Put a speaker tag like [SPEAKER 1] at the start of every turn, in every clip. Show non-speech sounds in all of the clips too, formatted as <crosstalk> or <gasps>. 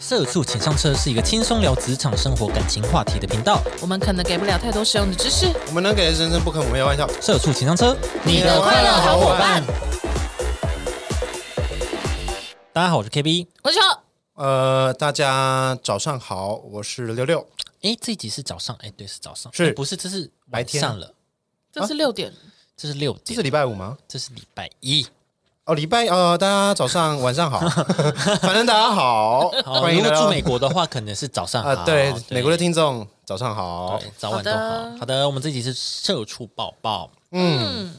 [SPEAKER 1] 社畜请上车是一个轻松聊职场、生活、感情话题的频道。
[SPEAKER 2] 我们可能给不了太多实用的知识。
[SPEAKER 3] 我们能给的人生不可磨灭玩笑。
[SPEAKER 1] 社畜请上车，
[SPEAKER 3] 你
[SPEAKER 2] 的快乐好伙伴。
[SPEAKER 1] 大家好，我是 KB。
[SPEAKER 2] 我就说
[SPEAKER 3] 呃，大家早上好，我是六六。
[SPEAKER 1] 哎，这一集是早上，哎，对，是早上，
[SPEAKER 3] 是
[SPEAKER 1] 诶不是？这是
[SPEAKER 3] 白
[SPEAKER 1] 晚
[SPEAKER 3] 天
[SPEAKER 1] 上了，
[SPEAKER 2] 这是六点，
[SPEAKER 1] 这是六
[SPEAKER 3] 这
[SPEAKER 1] 点，
[SPEAKER 3] 是礼拜五吗？
[SPEAKER 1] 这是礼拜一。
[SPEAKER 3] 哦，礼拜呃，大家早上、
[SPEAKER 2] <laughs>
[SPEAKER 3] 晚上好，反正大家好，
[SPEAKER 1] 好，
[SPEAKER 3] 欢
[SPEAKER 1] 哦如
[SPEAKER 3] 迎
[SPEAKER 1] 果
[SPEAKER 3] 来
[SPEAKER 1] 住
[SPEAKER 3] 到
[SPEAKER 1] 美国的话，可能是早上好。
[SPEAKER 3] <laughs> 啊，对，美国的听众早上好
[SPEAKER 1] 对，早晚都
[SPEAKER 2] 好
[SPEAKER 1] 好。
[SPEAKER 2] 的
[SPEAKER 1] 好的，我们这集是社畜抱抱。
[SPEAKER 2] 嗯，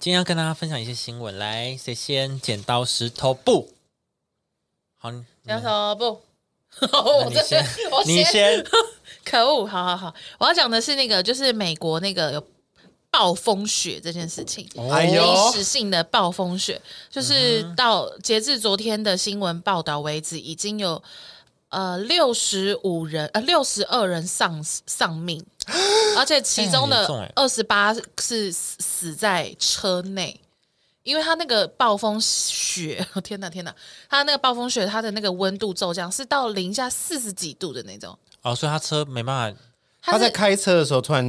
[SPEAKER 1] 今天要跟大家分享一些新闻，来，谁先？剪刀石头布。好，你
[SPEAKER 2] 两手不， <laughs> 我
[SPEAKER 1] 你
[SPEAKER 2] 这
[SPEAKER 1] 先
[SPEAKER 2] 边我
[SPEAKER 1] 你先。
[SPEAKER 2] 可恶，好好好，我要讲的是那个，就是美国那个有暴风雪这件事情。
[SPEAKER 1] 哦
[SPEAKER 3] 哎呦
[SPEAKER 2] 历史性的暴风雪，
[SPEAKER 1] 嗯
[SPEAKER 2] 就是到截至昨天的新闻报道为止，已经有呃六十五人呃六十二人丧丧命，
[SPEAKER 1] <gasps>
[SPEAKER 2] 而且其中
[SPEAKER 1] 哎很
[SPEAKER 2] 的
[SPEAKER 1] 严重哎
[SPEAKER 2] 二十八是死死在车内，因为它那个暴风雪， <laughs> 天哪天哪，它那个暴风雪它的那个温度骤降是到零下四十几度的那种，
[SPEAKER 1] 哦，所以他车没办法，
[SPEAKER 3] 他
[SPEAKER 2] 它
[SPEAKER 3] 在
[SPEAKER 2] 是
[SPEAKER 3] 开车的时候突然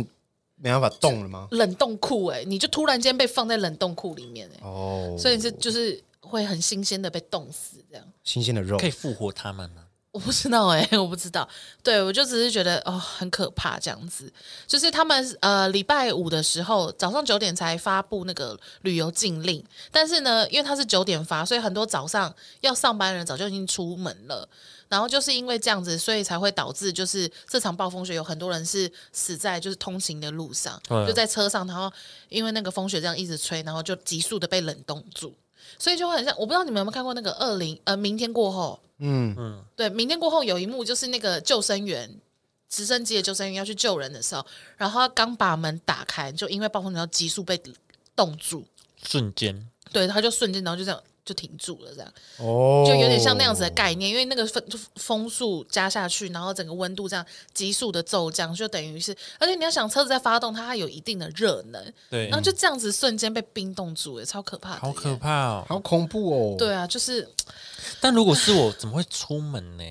[SPEAKER 3] 没办法动了吗？
[SPEAKER 2] 冷冻库哎，你就突然间被放在冷冻库里面哎、
[SPEAKER 3] 哦，
[SPEAKER 2] 所以你是就是会很新鲜的被冻死这样。
[SPEAKER 3] 新鲜的肉
[SPEAKER 1] 可以复活他们吗？
[SPEAKER 2] 我不知道哎、 <laughs> 我不知道。对，我就只是觉得哦，很可怕这样子。就是他们呃，礼拜五的时候早上九点才发布那个旅游禁令，但是呢，因为它是九点发，所以很多早上要上班的人早就已经出门了。然后就是因为这样子，所以才会导致就是这场暴风雪有很多人是死在就是通勤的路上，
[SPEAKER 1] 对
[SPEAKER 2] 就在车上，然后因为那个风雪这样一直吹，然后就急速的被冷冻住，所以就会很像我不知道你们有没有看过那个二零呃明天过后，
[SPEAKER 3] 嗯，
[SPEAKER 2] 对，明天过后有一幕就是那个救生员，直升机的救生员要去救人的时候，然后他刚把门打开，就因为暴风雨要急速被冻住，
[SPEAKER 1] 瞬间，
[SPEAKER 2] 对，他就瞬间，然后就这样就停住了，这样
[SPEAKER 3] 哦，
[SPEAKER 2] 就有点像那样子的概念，因为那个风就风速加下去，然后整个温度这样急速的骤降，就等于是，而且你要想车子在发动，它还有一定的热能，
[SPEAKER 1] 对
[SPEAKER 2] 然后就这样子瞬间被冰冻住，哎，超可怕的，
[SPEAKER 1] 好可。怕哦。
[SPEAKER 3] 好恐怖哦。
[SPEAKER 2] 对啊，就是
[SPEAKER 1] 但如果是我，怎么会出门呢？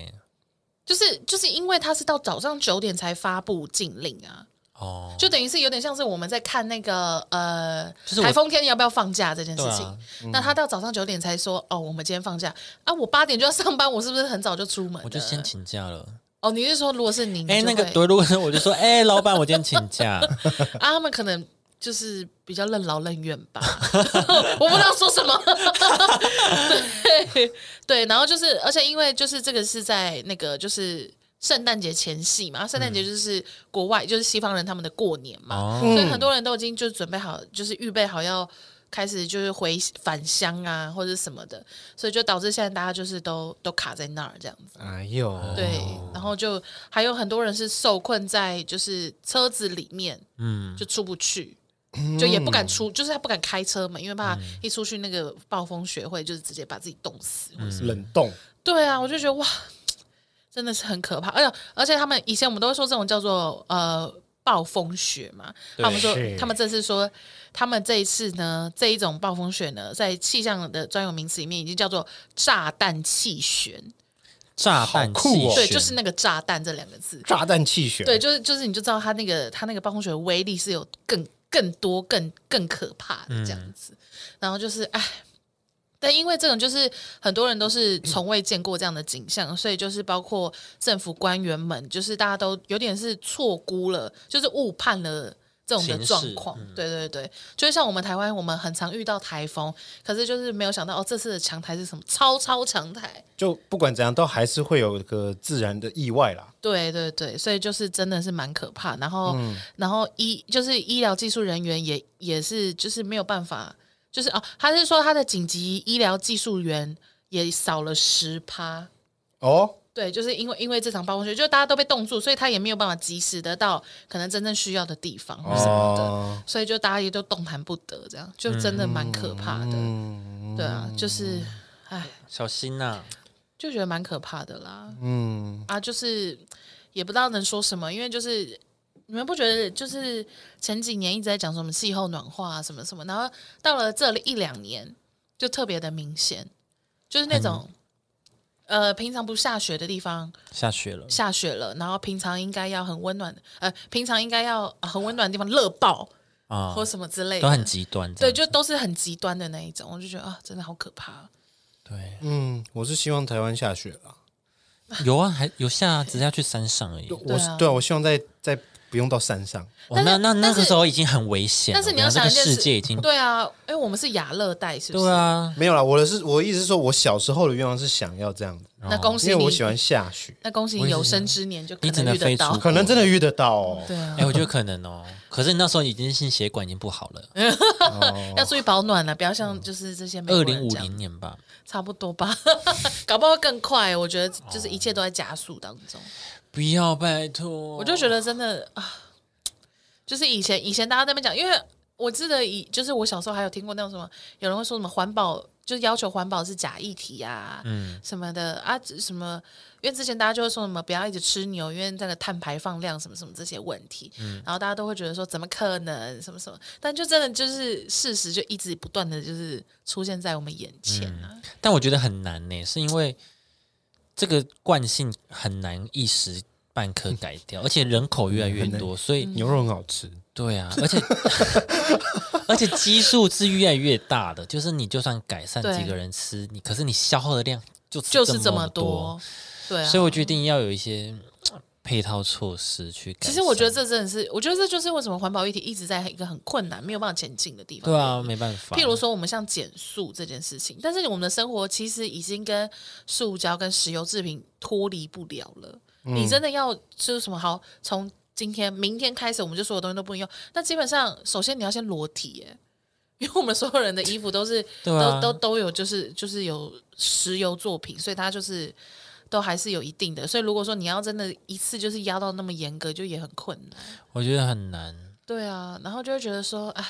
[SPEAKER 2] 就是就是因为它是到早上九点才发布禁令啊，
[SPEAKER 1] 哦，
[SPEAKER 2] 就等于是有点像是我们在看那个呃
[SPEAKER 1] 就是我
[SPEAKER 2] 台风天要不要放假这件事情。
[SPEAKER 1] 对啊
[SPEAKER 2] 那他到早上九点才说哦，我们今天放假啊，我八点就要上班，我是不是很早就出门了？
[SPEAKER 1] 我就先请假了。
[SPEAKER 2] 哦，你是说如果是你，
[SPEAKER 1] 哎，
[SPEAKER 2] 你就
[SPEAKER 1] 那个
[SPEAKER 2] 会
[SPEAKER 1] 对，如果是我就说，哎，老板，我今天请 <laughs> 假。
[SPEAKER 2] 啊，他们可能。就是比较任劳任怨吧， <laughs> 我不知道说什么。 <laughs> 对对，然后就是，而且因为就是这个是在那个就是圣诞节前夕嘛，圣诞节就是国外、就是西方人他们的过年嘛，
[SPEAKER 1] 哦，
[SPEAKER 2] 所以很多人都已经就准备好，就是预备好要开始就是回返乡啊，或者什么的，所以就导致现在大家就是都都卡在那儿这样子。
[SPEAKER 3] 哎呦，
[SPEAKER 2] 对，
[SPEAKER 1] 哦
[SPEAKER 2] 然后就还有很多人是受困在就是车子里面，
[SPEAKER 1] 嗯，
[SPEAKER 2] 就出不去，就也不敢出，就是他不敢开车嘛，因为
[SPEAKER 1] 嗯
[SPEAKER 2] 怕一出去那个暴风雪会就是直接把自己冻死或者
[SPEAKER 3] 冷冻
[SPEAKER 2] 对啊，我就觉得哇，真的是很可怕。而且而且他们以前我们都会说这种叫做呃暴风雪嘛，他们说
[SPEAKER 3] 是
[SPEAKER 2] 他们这次说他们这一次呢这一种暴风雪呢，在气象的专有名词里面已经叫做炸弹气旋，
[SPEAKER 1] 炸弹
[SPEAKER 3] 好酷哦
[SPEAKER 1] 气
[SPEAKER 2] 对，
[SPEAKER 1] 旋
[SPEAKER 2] 就是那个炸弹这两个字，
[SPEAKER 3] 炸弹气旋，
[SPEAKER 2] 对，，就是就是你就知道它那个它那个暴风雪的威力是有更更多更更可怕的这样子，然后就是唉。但因为这种就是很多人都是从未见过这样的景象，所以就是包括政府官员们，就是大家都有点是错估了，就是误判了这种的
[SPEAKER 1] 形势
[SPEAKER 2] 状况。对对对，就像我们台湾，我们很常遇到台风，可是就是没有想到哦，这次的强台是什么超超强台。
[SPEAKER 3] 就不管怎样，都还是会有一个自然的意外啦。
[SPEAKER 2] 对对对，所以就是真的是蛮可怕。然后，
[SPEAKER 3] 嗯
[SPEAKER 2] 然后医就是医疗技术人员也也是就是没有办法，就是哦，他是说他的紧急医疗技术员也少了十趴。
[SPEAKER 3] 哦，
[SPEAKER 2] 对，就是因为因为这场暴风雪，就大家都被冻住，所以他也没有办法及时的到可能真正需要的地方或什么的，
[SPEAKER 3] 哦，
[SPEAKER 2] 所以就大家也都动弹不得，这样就真的蛮可怕的。
[SPEAKER 3] 嗯
[SPEAKER 2] 对啊，就是，唉，
[SPEAKER 1] 小心啊呐。
[SPEAKER 2] 就觉得蛮可怕的啦。
[SPEAKER 3] 嗯，
[SPEAKER 2] 啊，就是也不知道能说什么，因为就是你们不觉得就是前几年一直在讲什么气候暖化啊什么什么，然后
[SPEAKER 1] 嗯
[SPEAKER 2] 到了这里一两年就特别的明显，就是那种呃，平常不下雪的地方
[SPEAKER 1] 下雪了，
[SPEAKER 2] 下雪了，然后平常应该要很温暖的，呃，平常应该要呃很温暖的地方热爆
[SPEAKER 1] 啊、
[SPEAKER 2] 或什么之类的，
[SPEAKER 1] 都很极端这
[SPEAKER 2] 对，
[SPEAKER 1] 样。
[SPEAKER 2] 就都是很极端的那一种，我就觉得啊，真的好可怕。
[SPEAKER 1] 对，
[SPEAKER 3] 嗯，我是希望台湾下雪啦。
[SPEAKER 1] 有啊，还有下，只是要去山上而已。
[SPEAKER 3] 我是对啊，我希望在在不用到山上。
[SPEAKER 1] 哇，哦那
[SPEAKER 2] <laughs> 但是
[SPEAKER 1] 那那
[SPEAKER 2] 但是
[SPEAKER 1] 个时候已经很危险了，
[SPEAKER 2] 但是你要
[SPEAKER 1] 我跟
[SPEAKER 2] 想
[SPEAKER 1] 讲
[SPEAKER 2] 一
[SPEAKER 1] 这
[SPEAKER 2] 件
[SPEAKER 1] 个
[SPEAKER 2] 事，
[SPEAKER 1] 世界已经
[SPEAKER 2] 对啊，因为我们是亚热带，是不是？
[SPEAKER 1] 对啊，
[SPEAKER 3] 没有啦，我的是我意思是说，我小时候的愿望是想要这样子，
[SPEAKER 2] 那恭喜
[SPEAKER 3] 因
[SPEAKER 2] 你，
[SPEAKER 3] 为我喜欢下雪，
[SPEAKER 2] 那恭喜你有生之年就可
[SPEAKER 1] 你只能
[SPEAKER 2] 遇得
[SPEAKER 1] 飞
[SPEAKER 2] 到
[SPEAKER 1] 出。
[SPEAKER 3] 可能真的遇得到哦。
[SPEAKER 2] <laughs> 对啊
[SPEAKER 1] 哎、，我觉得可能哦。可是你那时候已经心血管已经不好
[SPEAKER 2] <laughs>
[SPEAKER 1] 了，
[SPEAKER 2] 要注意保暖了，啊不要像就是这些美
[SPEAKER 1] 二
[SPEAKER 2] 国
[SPEAKER 1] 零
[SPEAKER 2] 人
[SPEAKER 1] 五
[SPEAKER 2] 这样，
[SPEAKER 1] 零年吧。
[SPEAKER 2] 差不多吧， <laughs> 搞不好更快。我觉得
[SPEAKER 1] 哦
[SPEAKER 2] 就是一切都在加速当中。
[SPEAKER 1] 不要，拜托。
[SPEAKER 2] 我就觉得真的啊，就是以前以前大家在那边讲，因为我记得以就是我小时候还有听过那种什么，有人会说什么环保，就是要求环保是假议题啊，嗯，什么的啊，什么，因为之前大家就会说什么不要一直吃牛，因为那个碳排放量什么什么这些问题，然后大家都会觉得说怎么可能什么什么，但就真的就是事实就一直不断的就是出现在我们眼前啊，
[SPEAKER 1] 但我觉得很难呢，是因为这个惯性很难一时半刻改掉，而且人口越来越多，所
[SPEAKER 2] 嗯
[SPEAKER 1] 以
[SPEAKER 3] 牛肉很好吃，
[SPEAKER 1] 对啊，而且而且基数是越来越大的，就是你就算改善
[SPEAKER 2] 对
[SPEAKER 1] 几个人吃，你可是你消耗的量就
[SPEAKER 2] 就是这
[SPEAKER 1] 这
[SPEAKER 2] 么
[SPEAKER 1] 么
[SPEAKER 2] 多，，对啊，
[SPEAKER 1] 所以我决定要有一些嗯配套措施去改善。
[SPEAKER 2] 其实我觉得这真的是，我觉得这就是为什么环保议题一直在一个很困难、没有办法前进的地方。
[SPEAKER 1] 对啊，没办法。
[SPEAKER 2] 譬如说我们像减速这件事情，但是我们的生活其实已经跟塑胶跟石油制品脱离不了了。
[SPEAKER 1] 嗯
[SPEAKER 2] 你真的要就是什么好？从今天、明天开始，我们就所有东西都不能用。那基本上，首先你要先裸体耶， <laughs> 因为我们所有人的衣服都是、
[SPEAKER 1] 对啊
[SPEAKER 2] 都都都有，就是就是有石油作品，所以它就是。都还是有一定的，所以如果说你要真的一次就是压到那么严格，就也很困难。
[SPEAKER 1] 我觉得很
[SPEAKER 2] <laughs>
[SPEAKER 1] 难，
[SPEAKER 2] 对啊，然后就会觉得说，哎，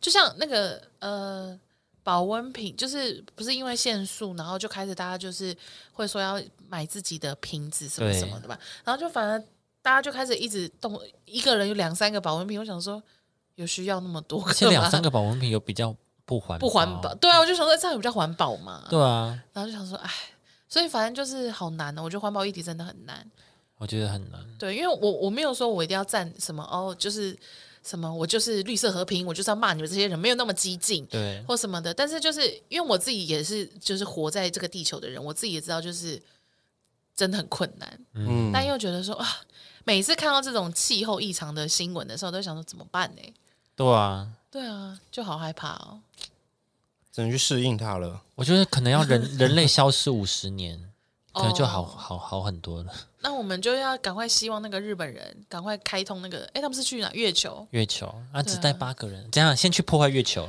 [SPEAKER 2] 就像那个呃保温瓶，就是不是因为限速，然后就开始大家就是会说要买自己的瓶子什么
[SPEAKER 1] 对
[SPEAKER 2] 什么的嘛，然后就反而大家就开始一直动，一个人有两三个保温瓶，我想说有需要那么多
[SPEAKER 1] 而且
[SPEAKER 2] 个
[SPEAKER 1] 两
[SPEAKER 2] 吗？
[SPEAKER 1] 三个保温瓶有比较不环
[SPEAKER 2] 不环保，，对啊，我就想说这样有比较环保嘛，
[SPEAKER 1] 对啊，
[SPEAKER 2] 然后就想说，哎，所以反正就是好难哦，我觉得环保议题真的很难。
[SPEAKER 1] 我觉得很难。
[SPEAKER 2] 对，因为我我没有说我一定要站什么哦，就是什么我就是绿色和平，我就是要骂你们这些人，没有那么激进
[SPEAKER 1] 对，
[SPEAKER 2] 或什么的。但是就是因为我自己也是就是活在这个地球的人，我自己也知道就是真的很困难，
[SPEAKER 3] 嗯，
[SPEAKER 2] 但又觉得说啊，每次看到这种气候异常的新闻的时候，都想说怎么办呢？
[SPEAKER 1] 对啊，
[SPEAKER 2] 对啊，就好害怕哦。
[SPEAKER 3] 只能去适应它了。
[SPEAKER 1] 我觉得可能要
[SPEAKER 2] <laughs>
[SPEAKER 1] 人人类消失五十年，可能就好
[SPEAKER 2] 哦
[SPEAKER 1] 好好很多了。
[SPEAKER 2] 那我们就要赶快希望那个日本人赶快开通那个，哎，他们是去哪？月球？
[SPEAKER 1] 月球啊，只带八个人，这样先去破坏月球，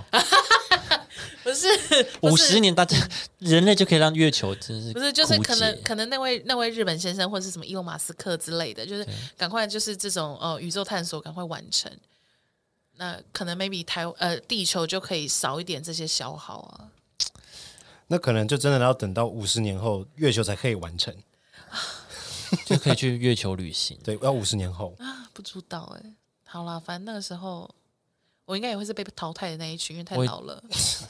[SPEAKER 2] 不是，啊不
[SPEAKER 1] 五
[SPEAKER 2] 是
[SPEAKER 1] 十年大家人类就可以让月球真是
[SPEAKER 2] 不是，就是
[SPEAKER 1] 枯
[SPEAKER 2] 可
[SPEAKER 1] 竭
[SPEAKER 2] 能可能那位那位日本先生或者是什么伊隆马斯克之类的，就是赶快就是这种呃宇宙探索赶快完成，那可能 maybe 台呃地球就可以少一点这些消耗啊。
[SPEAKER 3] 那可能就真的要等到五十年后，月球才可以完成。
[SPEAKER 1] 就可以去月球旅
[SPEAKER 2] <laughs>
[SPEAKER 1] 行。
[SPEAKER 3] 对，要五十年后。
[SPEAKER 2] 啊不知道哎、好啦，反正那个时候我应该也会是被淘汰的那一群，因为太
[SPEAKER 1] 我
[SPEAKER 2] 老了，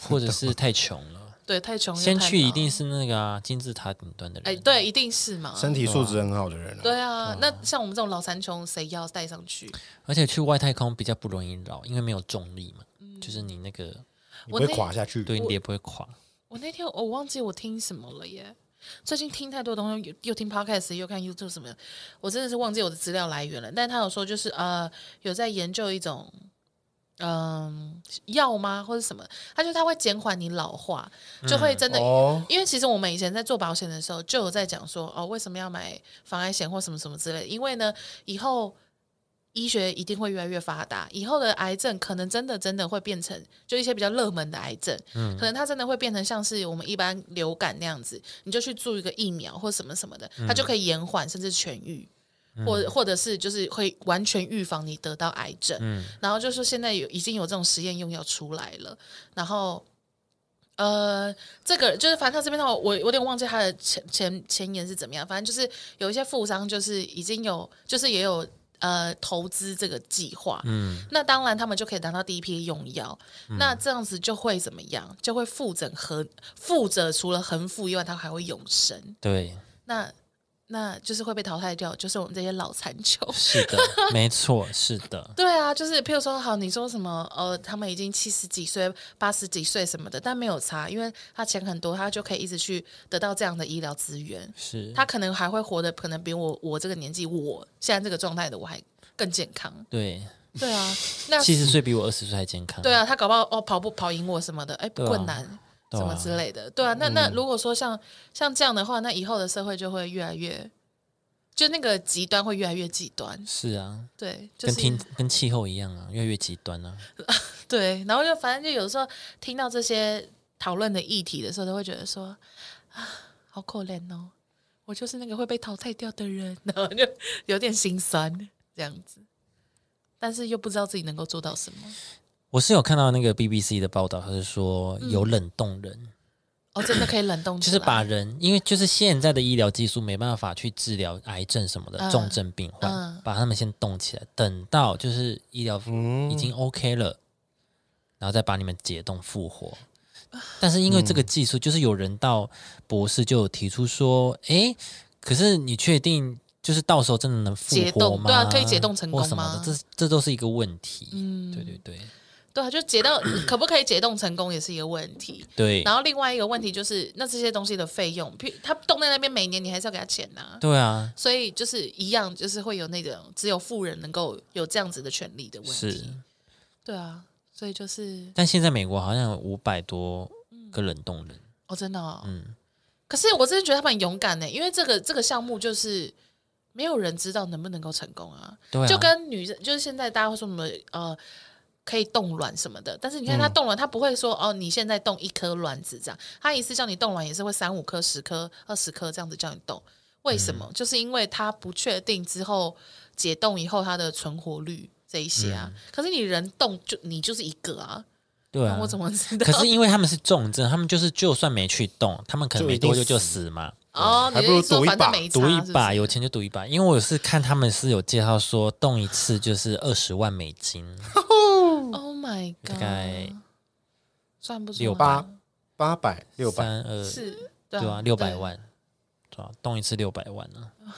[SPEAKER 1] 或者是太穷了，
[SPEAKER 2] 对，太穷又
[SPEAKER 1] 先
[SPEAKER 2] 太
[SPEAKER 1] 去
[SPEAKER 2] 老
[SPEAKER 1] 一定是那个啊金字塔顶端的
[SPEAKER 2] 哎、
[SPEAKER 1] 人。
[SPEAKER 2] 对，一定是嘛。
[SPEAKER 3] 身体素质很好的人、啊，
[SPEAKER 2] 对
[SPEAKER 1] 哦
[SPEAKER 2] 啊，那像我们这种老残穷，谁要带上去？
[SPEAKER 1] 而且去外太空比较不容易老，因为没有重力嘛，
[SPEAKER 2] 嗯
[SPEAKER 1] 就是你那个
[SPEAKER 3] 你不
[SPEAKER 2] 我
[SPEAKER 3] 会
[SPEAKER 2] 那
[SPEAKER 3] 垮下去。
[SPEAKER 1] 对你也不会垮。
[SPEAKER 2] 我那天我忘记我听什么了耶。最近听太多东西，又又听 podcast，又看 YouTube 什么的，我真的是忘记我的资料来源了。但他有说，就是呃，有在研究一种嗯、药吗，或者什么？他就他会减缓你老化，就会真的。
[SPEAKER 3] 哦，
[SPEAKER 2] 因为其实我们以前在做保险的时候，就有在讲说，哦，为什么要买防癌险或什么什么之类的因为呢，以后医学一定会越来越发达，以后的癌症可能真的真的会变成就一些比较热门的癌症，可能它真的会变成像是我们一般流感那样子，你就去注一个疫苗或什么什么的，它就可以延缓甚至痊愈。或或者是就是会完全预防你得到癌症，然后就说现在有已经有这种实验用药出来了，然后呃，这个就是反正他这边的话，我我有点忘记他的前前前言是怎么样，反正就是有一些富商就是已经有就是也有。呃投资这个计划，嗯，那当然他们就可以拿到第一批用药，那这样子就会怎么样？就会复诊和复者除了恒复以外，它还会永生，
[SPEAKER 1] 对，
[SPEAKER 2] 那那就是会被淘汰掉，就是我们这些老残穷。
[SPEAKER 1] 是
[SPEAKER 2] <laughs>
[SPEAKER 1] 的，没错，是的，
[SPEAKER 2] 对啊，就是譬如说，好，你说什么？呃，他们已经七十几岁、八十几岁什么的，但没有差，因为他钱很多，他就可以一直去得到这样的医疗资源。
[SPEAKER 1] 是，
[SPEAKER 2] 他可能还会活得可能比我我这个年纪，我现在这个状态的我还更健康。
[SPEAKER 1] 对，<laughs>
[SPEAKER 2] 对啊，那
[SPEAKER 1] 七十岁比我二十岁还健康，
[SPEAKER 2] 对啊，他搞不好哦跑步跑赢我什么的，哎，
[SPEAKER 1] 啊
[SPEAKER 2] 困难、
[SPEAKER 1] 对啊嗯
[SPEAKER 2] 什么之类的。对啊，那那如果说像像这样的话，那以后的社会就会越来越，就那个极端会越来越极端。
[SPEAKER 1] 是啊，
[SPEAKER 2] 对，就
[SPEAKER 1] 跟
[SPEAKER 2] 是
[SPEAKER 1] 天跟气候一样啊，越来越极端啊，
[SPEAKER 2] 对，然后就反正就有时候听到这些讨论的议题的时候，都会觉得说啊，好可怜哦，我就是那个会被淘汰掉的人， <laughs> 然后就有点心酸这样子，但是又不知道自己能够做到什么。
[SPEAKER 1] 我是有看到那个 BBC 的报道，他是说有冷冻人，
[SPEAKER 2] 哦，真嗯的可以冷冻起
[SPEAKER 1] 就
[SPEAKER 2] 来，
[SPEAKER 1] 是把人，因为就是现在的医疗技术没办法去治疗癌症什么的、
[SPEAKER 2] 嗯
[SPEAKER 1] 重症病患，
[SPEAKER 2] 嗯
[SPEAKER 1] 把他们先冻起来，等到就是医疗
[SPEAKER 3] 嗯
[SPEAKER 1] 已
[SPEAKER 2] 嗯
[SPEAKER 1] 经 OK 了，然后再把你们解冻复活。但是因为
[SPEAKER 2] 嗯
[SPEAKER 1] 这个技术，就是有人到博士就有提出说，诶，可是你确定就是到时候真的能复
[SPEAKER 2] 解
[SPEAKER 1] 活
[SPEAKER 2] 冻
[SPEAKER 1] 吗？
[SPEAKER 2] 对啊可以解冻成功
[SPEAKER 1] 或什么
[SPEAKER 2] 吗
[SPEAKER 1] 的，这这都是一个问题。嗯，对对对
[SPEAKER 2] 对啊，就解到可不可以解冻成功也是一个问题。
[SPEAKER 1] 对
[SPEAKER 2] 然后另外一个问题就是，那这些东西的费用，譬它冻在那边，每年你还是要给他钱呐、
[SPEAKER 1] 对啊，
[SPEAKER 2] 所以就是一样，就是会有那种只有富人能够有这样子的权利的问题。
[SPEAKER 1] 是。
[SPEAKER 2] 对啊，所以就是
[SPEAKER 1] 但现在美国好像有五百多个冷冻人。
[SPEAKER 2] 哦，真的、哦，嗯。可是我真的觉得他们很勇敢欸呢，因为这个这个项目就是没有人知道能不能够成功啊，
[SPEAKER 1] 对啊
[SPEAKER 2] 就跟女生就是现在大家会说什么呃。可以冻卵什么的，但是你看
[SPEAKER 1] 嗯
[SPEAKER 2] 他冻卵，他不会说哦，你现在冻一颗卵子这样，他一次叫你冻卵也是会三五颗、十颗、二十颗这样子叫你冻，为什
[SPEAKER 1] 嗯
[SPEAKER 2] 么？就是因为他不确定之后解冻以后它的存活率这一些啊。可是你人冻就你就是一个啊，
[SPEAKER 1] 嗯对啊，
[SPEAKER 2] 我怎么知道？
[SPEAKER 1] 可是因为他们是重症，他们就是就算没去动，他们可能
[SPEAKER 3] 就
[SPEAKER 1] 没
[SPEAKER 3] 一定
[SPEAKER 1] 多久就
[SPEAKER 3] 死
[SPEAKER 1] 死嘛，
[SPEAKER 2] 哦，
[SPEAKER 3] 还
[SPEAKER 2] 你的
[SPEAKER 3] 不如
[SPEAKER 2] 意思说
[SPEAKER 3] 赌一
[SPEAKER 2] 反正
[SPEAKER 3] 把
[SPEAKER 2] 没
[SPEAKER 1] 赌一
[SPEAKER 2] 差
[SPEAKER 1] 把，
[SPEAKER 2] 是不啊
[SPEAKER 1] 有
[SPEAKER 2] 是
[SPEAKER 1] 钱就赌一把。因为我是看他们是有介绍说，动一次就是二十万美金，
[SPEAKER 2] Oh my god，
[SPEAKER 1] 大概
[SPEAKER 2] 算不出
[SPEAKER 1] 六
[SPEAKER 2] 来
[SPEAKER 3] 八八百六百，
[SPEAKER 1] 三二
[SPEAKER 2] 是，啊对
[SPEAKER 1] 对吧？啊六百，万，对吧？动一次六百万呢、啊。 <laughs>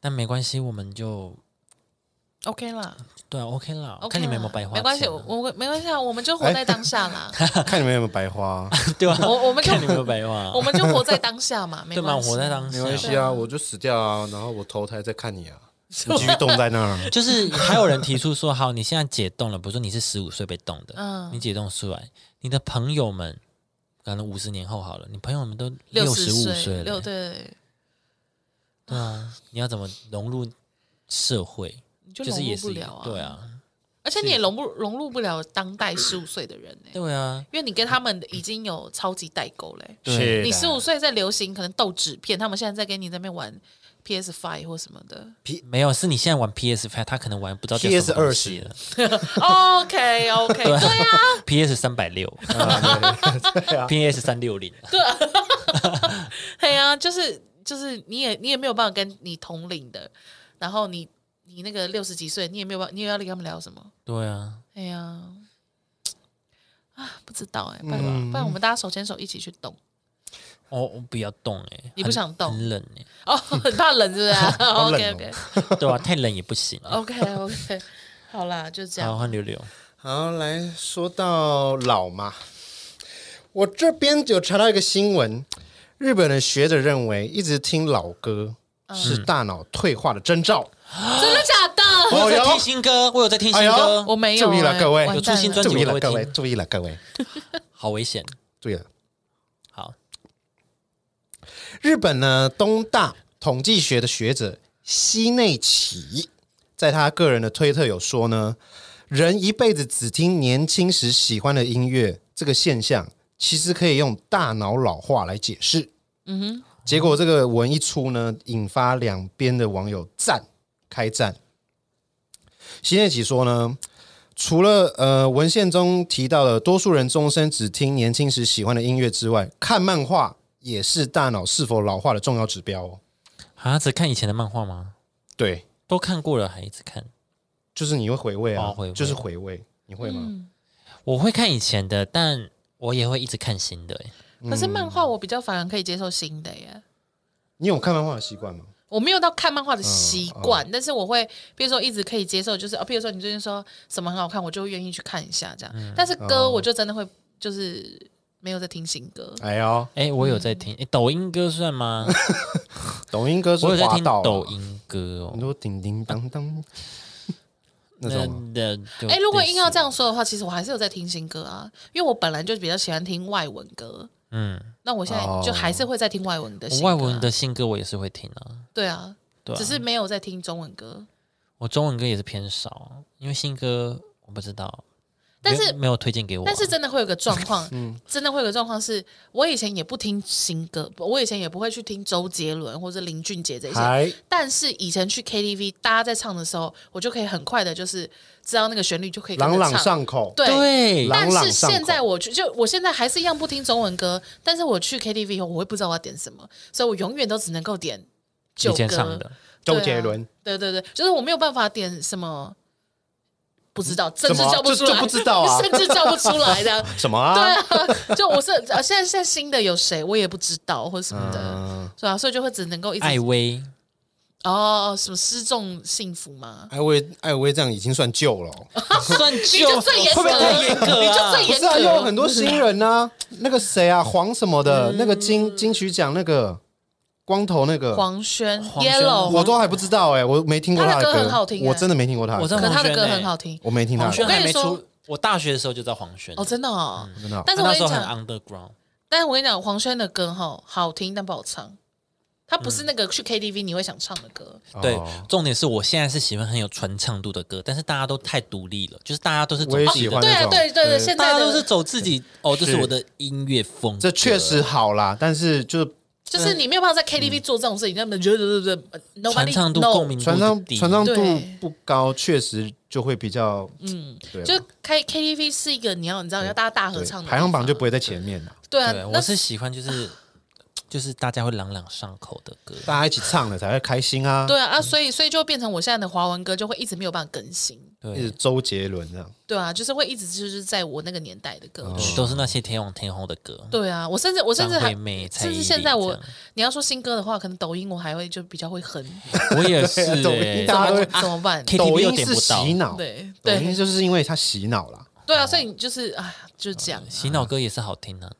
[SPEAKER 1] 但没关系，我们就
[SPEAKER 2] 对 OK 啦
[SPEAKER 1] 对啊，OK 啦
[SPEAKER 2] ，OK
[SPEAKER 1] 看你们有
[SPEAKER 2] 啦
[SPEAKER 1] 没有白花
[SPEAKER 2] 没关系，
[SPEAKER 1] 钱啊
[SPEAKER 2] 我我没关系啊，我们
[SPEAKER 1] 哎
[SPEAKER 2] 就活在当
[SPEAKER 1] <laughs>
[SPEAKER 2] 下啦，
[SPEAKER 3] 看你们有没有白花，
[SPEAKER 1] 对吧？
[SPEAKER 2] 我我们就
[SPEAKER 1] 看你们有没有白花啊
[SPEAKER 2] <laughs> 我，们就活在当
[SPEAKER 1] <laughs>
[SPEAKER 2] 下嘛，没
[SPEAKER 1] 对吗？
[SPEAKER 2] 关系，
[SPEAKER 1] 活在当
[SPEAKER 3] 没
[SPEAKER 1] 下，。
[SPEAKER 3] 关系啊，我就死掉啊，然后我投胎再看你啊， <laughs> 你继续冻在那儿
[SPEAKER 1] 就是还有人提出说，好，你现在解冻了，比如说你是十五岁被冻的，
[SPEAKER 2] 嗯
[SPEAKER 1] 你解冻出来，你的朋友们可能五十年后好了，你朋友们都
[SPEAKER 2] 六
[SPEAKER 1] 十五岁
[SPEAKER 2] 岁，
[SPEAKER 1] 了
[SPEAKER 2] 六，对，
[SPEAKER 1] 对啊，你要怎么融入社会？
[SPEAKER 2] 你就
[SPEAKER 1] 就
[SPEAKER 2] 融
[SPEAKER 1] 是
[SPEAKER 2] 入
[SPEAKER 1] 也
[SPEAKER 2] 不
[SPEAKER 1] 是
[SPEAKER 2] 了啊，
[SPEAKER 1] 对，啊，
[SPEAKER 2] 而且你也融不融入不了当代十五岁的人呢，
[SPEAKER 1] 对啊，
[SPEAKER 2] 因为你跟他们已经有超级代沟嘞。
[SPEAKER 1] 对
[SPEAKER 3] <laughs> 是
[SPEAKER 2] 你
[SPEAKER 3] 的
[SPEAKER 2] 十五岁在流行可能斗纸片，他们现在在跟你在那边玩 PS Five 或什么的。
[SPEAKER 1] 没有，是你现在玩 PS Five，他可能玩不知道叫什么东西了 <laughs>
[SPEAKER 2] OK OK，对啊，
[SPEAKER 1] ，PS 三百六，PS 啊 <laughs> 三六零，
[SPEAKER 2] 对啊，就是就是你也你也没有办法跟你同龄的，然后你你那个六十几岁，你也没有办法，你也要跟他们聊什么？
[SPEAKER 1] 对啊，
[SPEAKER 2] 哎呀、啊，不知道哎、不然、不然我们大家手牵手一起去动
[SPEAKER 1] 哦，我不要动哎，
[SPEAKER 2] 你不
[SPEAKER 1] 很
[SPEAKER 2] 想动
[SPEAKER 1] 很冷哎，
[SPEAKER 2] 哦，很怕冷是不是、啊、
[SPEAKER 3] 好冷
[SPEAKER 2] ？OK
[SPEAKER 3] 哦
[SPEAKER 2] OK
[SPEAKER 1] 对啊，太冷也不行。
[SPEAKER 2] <laughs> OK OK，好啦，就哦这
[SPEAKER 1] 好，
[SPEAKER 2] 样。
[SPEAKER 1] 换柳柳，
[SPEAKER 3] 好，来说到老嘛，我这边有查到一个新闻，日本的学者认为，一直听老歌是大脑退化的征兆。
[SPEAKER 2] 真的假
[SPEAKER 1] 我有
[SPEAKER 2] 的？
[SPEAKER 1] 在
[SPEAKER 3] 哎呦
[SPEAKER 1] 听新歌，我有在听新
[SPEAKER 3] 哎呦
[SPEAKER 1] 歌，
[SPEAKER 2] 我没有、
[SPEAKER 3] 注意了
[SPEAKER 2] 哎
[SPEAKER 3] 各位
[SPEAKER 2] 完
[SPEAKER 1] 有出
[SPEAKER 2] 蛋
[SPEAKER 1] 新
[SPEAKER 2] 了
[SPEAKER 1] 专辑
[SPEAKER 3] 注意
[SPEAKER 1] 我
[SPEAKER 3] 了，
[SPEAKER 1] 会
[SPEAKER 3] 各位，
[SPEAKER 1] 听
[SPEAKER 3] 注意了，各位，
[SPEAKER 1] 好危险。
[SPEAKER 3] 注意了。
[SPEAKER 1] 好，
[SPEAKER 3] 日本呢，东大统计学的学者西内启，在他个人的推特有说呢，人一辈子只听年轻时喜欢的音乐，这个现象其实可以用大脑老化来解释。嗯哼，结果这个文一出呢，引发两边的网友赞开战。西内启说呢。除了呃文献中提到的多数人终身只听年轻时喜欢的音乐之外，看漫画也是大脑是否老化的重要指标哦。
[SPEAKER 1] 啊，只看以前的漫画吗？
[SPEAKER 3] 对，
[SPEAKER 1] 都看过了还一直看。
[SPEAKER 3] 就是你会回味啊，
[SPEAKER 1] 哦回味
[SPEAKER 3] 就是回味，你会吗？
[SPEAKER 2] 嗯，
[SPEAKER 1] 我会看以前的，但我也会一直看新的、欸。
[SPEAKER 2] 可是漫画我比较反而可以接受新的耶。
[SPEAKER 3] 你有看漫画的习惯吗？
[SPEAKER 2] 我没有到看漫
[SPEAKER 1] 嗯
[SPEAKER 2] 画的习惯，但是我会，比如说一直可以接受，就是啊，比如说你最近说什么很好看，我就会愿意去看一下这样。
[SPEAKER 1] 嗯
[SPEAKER 2] 但是
[SPEAKER 1] 哦
[SPEAKER 2] 歌，我就真的会就是没有在听新歌，
[SPEAKER 3] 哎呦，
[SPEAKER 1] 哎、我有在听，
[SPEAKER 2] 嗯
[SPEAKER 1] 哎、抖音歌算吗？
[SPEAKER 3] 抖音歌是
[SPEAKER 1] 我有在
[SPEAKER 3] 滑
[SPEAKER 1] 听
[SPEAKER 3] 到啊
[SPEAKER 1] 抖，音歌哦
[SPEAKER 3] 你。说叮叮当当 <laughs> 那种吗，
[SPEAKER 1] 那就
[SPEAKER 2] 哎、如果硬要这
[SPEAKER 1] 样，
[SPEAKER 2] 样说的话，其实我还是有在听新歌啊，因为我本来就比较喜欢听外文歌。
[SPEAKER 1] 嗯，哦
[SPEAKER 2] 那我现在就还是会在听外文的新歌啊、
[SPEAKER 1] 外文的新歌我也是会听啊，
[SPEAKER 2] 对啊，
[SPEAKER 1] 对啊
[SPEAKER 2] 只是没有在听中文歌。
[SPEAKER 1] 我中文歌也是偏少啊，因为新歌我不知道，
[SPEAKER 2] 但
[SPEAKER 1] 没有
[SPEAKER 2] 是
[SPEAKER 1] 没有推荐给我啊、
[SPEAKER 2] 但是真的会有个状
[SPEAKER 1] <laughs>
[SPEAKER 2] 况，
[SPEAKER 1] 嗯
[SPEAKER 2] 真的会有个状况是，我以前也不听新歌，我以前也不会去听周杰伦或者林俊杰这些。
[SPEAKER 3] <laughs> 还
[SPEAKER 2] 但是以前去 KTV，大家在唱的时候，我就可以很快的，就是知道那个旋律，就可以跟着
[SPEAKER 3] 朗朗
[SPEAKER 2] 唱。
[SPEAKER 3] 上口，
[SPEAKER 2] 对。
[SPEAKER 1] 对
[SPEAKER 3] 朗
[SPEAKER 2] 但
[SPEAKER 3] 朗
[SPEAKER 2] 是
[SPEAKER 3] 上口
[SPEAKER 2] 现在我去，就我现在还是一样不听中文歌，但是我去 KTV 以后，我会不知道我要点什么，所以我永远都只能够点旧
[SPEAKER 1] 以前
[SPEAKER 2] 歌。
[SPEAKER 1] 唱的，
[SPEAKER 3] 周杰伦
[SPEAKER 2] 对对对，就是我没有办法点什么，不知道，甚至
[SPEAKER 3] 什么啊
[SPEAKER 2] 叫不出
[SPEAKER 3] 就
[SPEAKER 2] 来，
[SPEAKER 3] 就不知道
[SPEAKER 2] <laughs>
[SPEAKER 3] 啊
[SPEAKER 2] 甚至叫不出来的。
[SPEAKER 3] <laughs>
[SPEAKER 2] <laughs>
[SPEAKER 3] 什么
[SPEAKER 2] 对
[SPEAKER 3] 啊？
[SPEAKER 2] 啊，就我是呃，现在现在新的有谁我也不知道或者什么的，
[SPEAKER 3] 嗯，
[SPEAKER 2] 是吧、所以就会只能够一直
[SPEAKER 1] 艾薇
[SPEAKER 2] 哦，什么失重幸福吗？
[SPEAKER 3] 艾薇艾薇这样已经算旧了哦，
[SPEAKER 1] 算
[SPEAKER 2] 你
[SPEAKER 1] 旧
[SPEAKER 2] 就，最严格，
[SPEAKER 1] 会不会太严格啊
[SPEAKER 2] 你就最
[SPEAKER 3] 不
[SPEAKER 2] 严
[SPEAKER 3] 是啊，又有
[SPEAKER 2] 格。
[SPEAKER 3] 很多新人呐，那个谁啊，黄什么的，
[SPEAKER 2] 嗯
[SPEAKER 3] 那个金金曲奖那个光头那个，
[SPEAKER 2] 黄轩
[SPEAKER 1] 黄轩
[SPEAKER 2] Yellow，
[SPEAKER 3] 我都还不知道哎，我没听过
[SPEAKER 2] 他的
[SPEAKER 3] 的
[SPEAKER 2] 歌
[SPEAKER 3] 歌，
[SPEAKER 2] 很好听哎
[SPEAKER 3] 我真的没听过他
[SPEAKER 1] 我知
[SPEAKER 3] 的
[SPEAKER 1] 道
[SPEAKER 2] 可
[SPEAKER 3] 歌，
[SPEAKER 2] 他的
[SPEAKER 1] 黄
[SPEAKER 2] 歌
[SPEAKER 1] 轩欸
[SPEAKER 2] 很好听
[SPEAKER 3] 我没听他
[SPEAKER 1] 黄
[SPEAKER 3] 的
[SPEAKER 1] 轩
[SPEAKER 3] 歌，
[SPEAKER 1] 还没
[SPEAKER 2] 我跟你
[SPEAKER 1] 出，我大学的时候就知道黄轩
[SPEAKER 2] 哦，真的哦。
[SPEAKER 3] 真的哦。
[SPEAKER 2] 但是我
[SPEAKER 1] 那
[SPEAKER 2] 跟
[SPEAKER 1] 时
[SPEAKER 2] 你
[SPEAKER 1] 候很
[SPEAKER 2] 讲，
[SPEAKER 1] underground，
[SPEAKER 2] 但是我跟你讲，黄轩的歌哈好听，但不好唱。他不是那个去 KTV 你会想唱的歌，
[SPEAKER 1] 对
[SPEAKER 3] 哦，
[SPEAKER 1] 重点是我现在是喜欢很有传唱度的歌，但是大家都太独立了，就是大家都是走
[SPEAKER 3] 我也
[SPEAKER 1] 自
[SPEAKER 3] 喜
[SPEAKER 1] 己
[SPEAKER 3] 欢
[SPEAKER 1] 的，
[SPEAKER 2] 对啊，
[SPEAKER 3] 那种
[SPEAKER 2] 对对对，
[SPEAKER 3] 对
[SPEAKER 2] 现
[SPEAKER 1] 大
[SPEAKER 2] 在
[SPEAKER 1] 家
[SPEAKER 2] 的
[SPEAKER 1] 都是走自己哦，这是
[SPEAKER 3] 是
[SPEAKER 1] 我的音乐风格，
[SPEAKER 3] 这确实好啦，但是就是
[SPEAKER 2] 就是你没有办法在 KTV 做这种事情，那么就就就就 nobody
[SPEAKER 1] 传唱度、
[SPEAKER 2] knows
[SPEAKER 1] 共鸣度
[SPEAKER 3] 传唱
[SPEAKER 1] 是低
[SPEAKER 3] 传唱度
[SPEAKER 2] 对
[SPEAKER 3] 不高，确实就会比较嗯，对
[SPEAKER 2] 就
[SPEAKER 3] 啦，
[SPEAKER 2] 是开 KTV 是一个你要你知道要大家大合
[SPEAKER 3] 对
[SPEAKER 2] 唱的
[SPEAKER 3] 排行榜
[SPEAKER 2] 地
[SPEAKER 3] 就
[SPEAKER 2] 方
[SPEAKER 3] 不会在前面了，
[SPEAKER 2] 对啊
[SPEAKER 1] 对，，我
[SPEAKER 2] 那
[SPEAKER 1] 是喜欢就是就是大家会朗朗上口的
[SPEAKER 3] <laughs>
[SPEAKER 1] 歌，
[SPEAKER 3] 大家一起唱了才会开心啊。
[SPEAKER 2] 对啊啊，所以所以就变成我现在的华文歌就会一直没有办法更新，
[SPEAKER 3] 一
[SPEAKER 1] 对，
[SPEAKER 3] 直周杰伦这样，
[SPEAKER 2] 对啊，就是会一直就是在我那个年代的歌曲，
[SPEAKER 1] 都是那些天王天后的歌，
[SPEAKER 2] 对啊，我甚至我甚至
[SPEAKER 1] 张
[SPEAKER 2] 还
[SPEAKER 1] 惠妹、蔡
[SPEAKER 2] 甚
[SPEAKER 1] 依
[SPEAKER 2] 至
[SPEAKER 1] 林
[SPEAKER 2] 现在
[SPEAKER 1] 这
[SPEAKER 2] 我
[SPEAKER 1] 样
[SPEAKER 2] 你要说新歌的话，可能抖音我还会就比较会
[SPEAKER 3] <laughs>
[SPEAKER 2] 哼，
[SPEAKER 1] 我也是
[SPEAKER 3] 抖音
[SPEAKER 1] 欸
[SPEAKER 3] 大家啊都会
[SPEAKER 2] 怎么办？
[SPEAKER 1] KTV
[SPEAKER 3] 抖
[SPEAKER 1] 又
[SPEAKER 3] 音
[SPEAKER 1] 点
[SPEAKER 3] 是
[SPEAKER 1] 不到
[SPEAKER 3] 洗脑，
[SPEAKER 2] 对
[SPEAKER 3] 抖音
[SPEAKER 2] 对
[SPEAKER 3] 就是因哦为它洗脑啦。
[SPEAKER 2] 对啊，所以你就是啊，就这样啊，
[SPEAKER 3] 哦
[SPEAKER 1] 洗脑歌也是好听啊，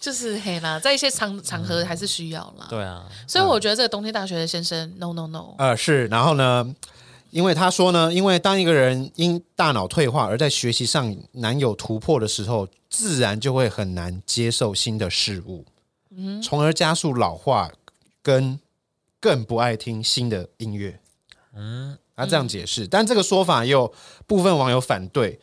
[SPEAKER 2] 就是嘿啦，在一些场场
[SPEAKER 3] 嗯
[SPEAKER 2] 合还是需要啦。
[SPEAKER 1] 对啊，
[SPEAKER 2] 所以我觉得这个东京大学的先生，no no no，
[SPEAKER 3] 呃，是，然后呢，因为他说呢，因为当一个人因大脑退化而在学习上难有突破的时候，自然就会很难接受新的事物，从而加速老化，跟更不爱听新的音乐。嗯，他这样解释，但这个说法也有部分网友反对。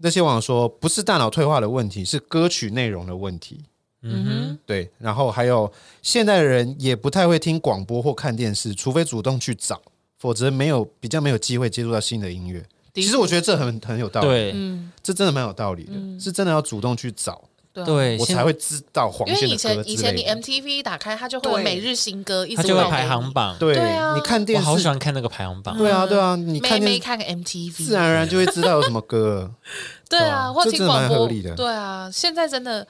[SPEAKER 3] 那些网友说，不是大脑退化的问题，是歌曲内容的问题。
[SPEAKER 2] 嗯哼，
[SPEAKER 3] 对，然后还有现代人也不太会听广播或看电视，除非主动去找，否则没有比较没有机会接触到新的音乐。
[SPEAKER 2] 的
[SPEAKER 3] 其
[SPEAKER 2] 确
[SPEAKER 3] 实我觉得这很很有道理，
[SPEAKER 1] 对
[SPEAKER 2] 嗯，
[SPEAKER 3] 这真的蛮有道理的，是真的要主动去找，
[SPEAKER 2] 对啊
[SPEAKER 1] 对，
[SPEAKER 3] 我
[SPEAKER 1] 现
[SPEAKER 3] 才会知道黄
[SPEAKER 2] 因为
[SPEAKER 3] 轩
[SPEAKER 2] 以
[SPEAKER 3] 的歌
[SPEAKER 2] 前以
[SPEAKER 3] 之
[SPEAKER 2] 前你
[SPEAKER 3] 类的。
[SPEAKER 2] MTV 打开，它就会有
[SPEAKER 3] 对
[SPEAKER 2] 每日新歌，一直
[SPEAKER 1] 它就会
[SPEAKER 2] 放给
[SPEAKER 1] 排行
[SPEAKER 2] 你。
[SPEAKER 1] 榜，
[SPEAKER 3] 对
[SPEAKER 2] 对啊嗯
[SPEAKER 3] 你看
[SPEAKER 1] 我
[SPEAKER 3] 电
[SPEAKER 1] 好喜
[SPEAKER 3] 视，
[SPEAKER 1] 欢看那个排行榜，
[SPEAKER 3] 对啊对啊，你
[SPEAKER 2] 妹
[SPEAKER 3] 看电
[SPEAKER 2] 妹
[SPEAKER 3] 视，
[SPEAKER 2] 看个
[SPEAKER 3] 自
[SPEAKER 2] MTV，
[SPEAKER 3] 然而然就会知道有什么歌。
[SPEAKER 2] 对啊，或
[SPEAKER 3] 这
[SPEAKER 2] 听
[SPEAKER 3] 真的
[SPEAKER 2] 广
[SPEAKER 3] 蛮合
[SPEAKER 2] 播
[SPEAKER 3] 理的，
[SPEAKER 2] 对啊。现在真的，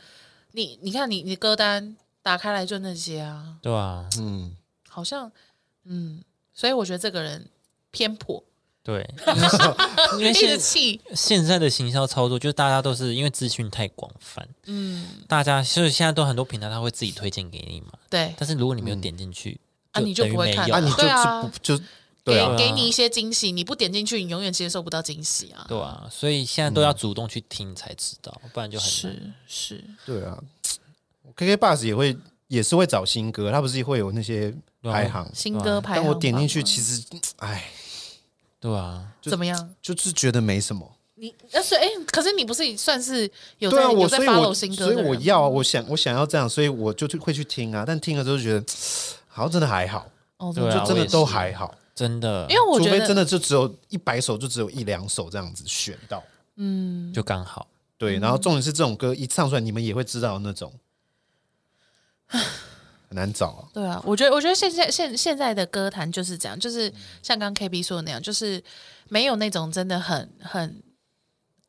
[SPEAKER 2] 你你看你你歌单打开来就那些啊，
[SPEAKER 1] 对啊，
[SPEAKER 3] 嗯，
[SPEAKER 2] 好像嗯，所以我觉得这个人偏颇，
[SPEAKER 3] <laughs>
[SPEAKER 1] 对，因为
[SPEAKER 2] 一直
[SPEAKER 1] 现
[SPEAKER 2] 气，
[SPEAKER 1] 现在的行销操作，就是大家都是因为资讯太广泛，
[SPEAKER 2] 嗯，
[SPEAKER 1] 大家就是现在都很多平台，他会自己推荐给你嘛。
[SPEAKER 2] 对
[SPEAKER 1] 但是如果你没有点进去，
[SPEAKER 2] 啊，你就
[SPEAKER 1] 等于
[SPEAKER 2] 不会
[SPEAKER 1] 没
[SPEAKER 2] 看，
[SPEAKER 1] 有
[SPEAKER 3] 啊，你
[SPEAKER 2] 对啊
[SPEAKER 3] 就就就对
[SPEAKER 2] 给
[SPEAKER 3] 啊，
[SPEAKER 2] 给你一些惊喜，你不点进去，你永远接受不到惊喜啊。
[SPEAKER 1] 对啊，所以现在都要主动去听才知道，不
[SPEAKER 3] 啊
[SPEAKER 1] 然就很难。
[SPEAKER 2] 是是，
[SPEAKER 3] 对啊。KK Bus 也会也是会找新歌，它不是会有那些
[SPEAKER 1] 对啊
[SPEAKER 3] 排行，
[SPEAKER 2] 新歌排
[SPEAKER 3] 但
[SPEAKER 2] 行
[SPEAKER 3] 我点进去，
[SPEAKER 2] 榜啊
[SPEAKER 3] 其实哎，
[SPEAKER 1] 对啊，
[SPEAKER 3] 就
[SPEAKER 2] 怎么样？
[SPEAKER 3] 就是觉得没什么。
[SPEAKER 2] 你那所以哎，可是你不是算是有
[SPEAKER 3] 对
[SPEAKER 2] 在
[SPEAKER 3] 啊，
[SPEAKER 2] 有
[SPEAKER 3] 我
[SPEAKER 2] 在
[SPEAKER 3] 所以我
[SPEAKER 2] follow 新歌
[SPEAKER 3] 所
[SPEAKER 2] 的
[SPEAKER 3] 以
[SPEAKER 2] 人
[SPEAKER 3] 我
[SPEAKER 2] 吗
[SPEAKER 3] 要啊我想我想要这样，所以我就去会去听啊。但听了之后就觉得，好像真的还好，
[SPEAKER 2] 哦，
[SPEAKER 1] 对啊
[SPEAKER 3] 就真
[SPEAKER 1] 我
[SPEAKER 3] 的
[SPEAKER 1] 也是
[SPEAKER 3] 都还好。
[SPEAKER 1] 真的，
[SPEAKER 2] 因为我
[SPEAKER 3] 除
[SPEAKER 2] 觉
[SPEAKER 3] 非
[SPEAKER 2] 得
[SPEAKER 3] 真的就只有一百首，就只有一两首这样子选到。
[SPEAKER 2] 嗯，
[SPEAKER 1] 就刚好
[SPEAKER 2] <sighs>
[SPEAKER 3] 对，然后重点是这种歌一唱出来，你们也会知道那种。很难找啊。
[SPEAKER 2] 对啊，我觉得，我觉得现在现现在的歌坛就是这样，就是像刚 K B 说的那样，就是没有那种真的很很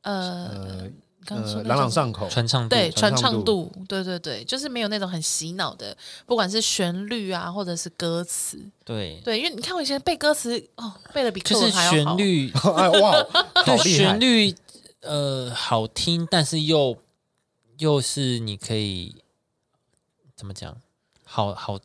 [SPEAKER 2] 呃，
[SPEAKER 3] 呃
[SPEAKER 2] 刚刚说
[SPEAKER 3] 呃，
[SPEAKER 2] 那
[SPEAKER 3] 朗朗
[SPEAKER 2] 种
[SPEAKER 3] 上口，
[SPEAKER 1] 传唱度
[SPEAKER 2] 对
[SPEAKER 3] 传
[SPEAKER 2] 传
[SPEAKER 3] 唱
[SPEAKER 2] 唱度，对对对，就是没有那种很洗脑的，不管是旋律啊，或者是歌词，
[SPEAKER 1] 对，
[SPEAKER 2] 对，因为你看我以前背歌词哦，背的比课
[SPEAKER 1] 就是
[SPEAKER 2] 文还要
[SPEAKER 1] 旋，
[SPEAKER 2] 好 <laughs>
[SPEAKER 1] 律
[SPEAKER 3] <laughs> 哎哇，好
[SPEAKER 1] 对
[SPEAKER 3] 厉害
[SPEAKER 1] 旋！律呃好听，但是又又是你可以怎么讲？好好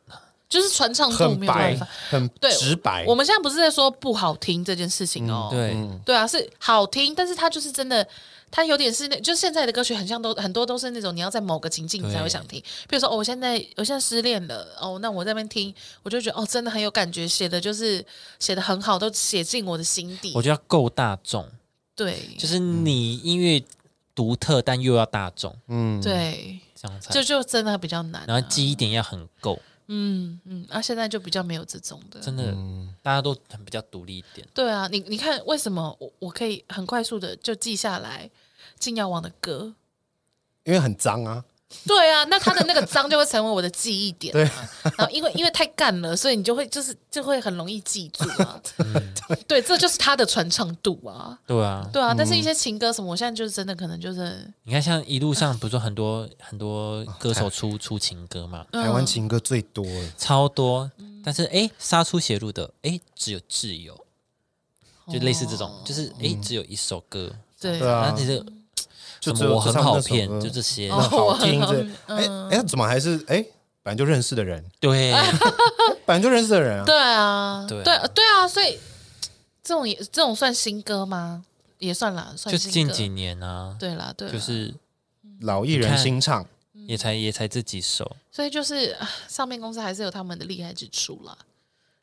[SPEAKER 2] 就是传唱度
[SPEAKER 3] 很
[SPEAKER 2] 没有办
[SPEAKER 3] 白
[SPEAKER 2] 法。，
[SPEAKER 3] 很
[SPEAKER 2] 对
[SPEAKER 3] 直白。嗯
[SPEAKER 2] 我们现在不是在说不好听这件事情哦，
[SPEAKER 1] 对，
[SPEAKER 2] 对啊，是好听，但是它就是真的，它有点是那，就现在的歌曲很像都很多都是那种你要在某个情境你才会想听。比如说，哦，我现在我现在失恋了，哦，那我在那边听，我就觉得哦，真的很有感觉，写的就是写的很好，都写进我的心底
[SPEAKER 1] 我。觉得要够大众，
[SPEAKER 2] 对，
[SPEAKER 1] 就是你音乐独特，但又要大众，
[SPEAKER 3] 嗯，
[SPEAKER 2] 对，
[SPEAKER 1] 这样才。
[SPEAKER 2] 这就真的比较难、
[SPEAKER 1] 然后
[SPEAKER 2] 啊。
[SPEAKER 1] 记忆点要很够，
[SPEAKER 2] 嗯嗯，啊，现在就比较没有这种的。
[SPEAKER 1] 真的，
[SPEAKER 3] 嗯
[SPEAKER 1] 大家都很比较独立一点。
[SPEAKER 2] 对啊，你你看为什么我我可以很快速的就记下来金耀王的歌？
[SPEAKER 3] 因为很脏啊，
[SPEAKER 2] 对啊，那他的那个脏就会成为我的记忆点、啊。然后因为因为太干了，所以你就会就是就会很容易记住啊。对，这就是他的传唱度啊。
[SPEAKER 1] 对啊，
[SPEAKER 2] 对啊，但是一些情歌什么，我现在就是真的可能就是
[SPEAKER 1] 你看像一路上不是说很多很多
[SPEAKER 3] 哦
[SPEAKER 1] 歌手出出情歌嘛，
[SPEAKER 2] 嗯
[SPEAKER 3] 台湾情歌最多了。
[SPEAKER 1] 超多，但是诶，杀出血路的诶，只有挚友，就类似这种，就是诶，只有一首歌，
[SPEAKER 2] 对
[SPEAKER 3] 哦对啊
[SPEAKER 1] 那其实
[SPEAKER 3] 就
[SPEAKER 1] 什
[SPEAKER 3] 只有
[SPEAKER 1] 么我
[SPEAKER 3] 只
[SPEAKER 1] 很
[SPEAKER 3] 唱
[SPEAKER 1] 好
[SPEAKER 3] 那首
[SPEAKER 1] 骗
[SPEAKER 3] 歌，哦
[SPEAKER 1] 就这些，
[SPEAKER 3] 那好听
[SPEAKER 2] 哦我
[SPEAKER 3] 这
[SPEAKER 2] 很，嗯
[SPEAKER 3] 哎哎，怎么还是哎，本来就认识的人，
[SPEAKER 1] 对
[SPEAKER 3] 本来就认识的人啊，
[SPEAKER 2] 对啊，
[SPEAKER 1] 对啊
[SPEAKER 2] 对啊对啊，所以这种也这种算新歌吗？也算啦，算
[SPEAKER 1] 就
[SPEAKER 2] 新
[SPEAKER 1] 近
[SPEAKER 2] 歌
[SPEAKER 1] 几年啊，
[SPEAKER 2] 对啦，对啦，
[SPEAKER 1] 就是
[SPEAKER 3] 老艺人
[SPEAKER 1] 你看
[SPEAKER 3] 新唱，
[SPEAKER 1] 也才也才这几首，
[SPEAKER 2] 所以就是啊唱片公司还是有他们的厉害之处啦。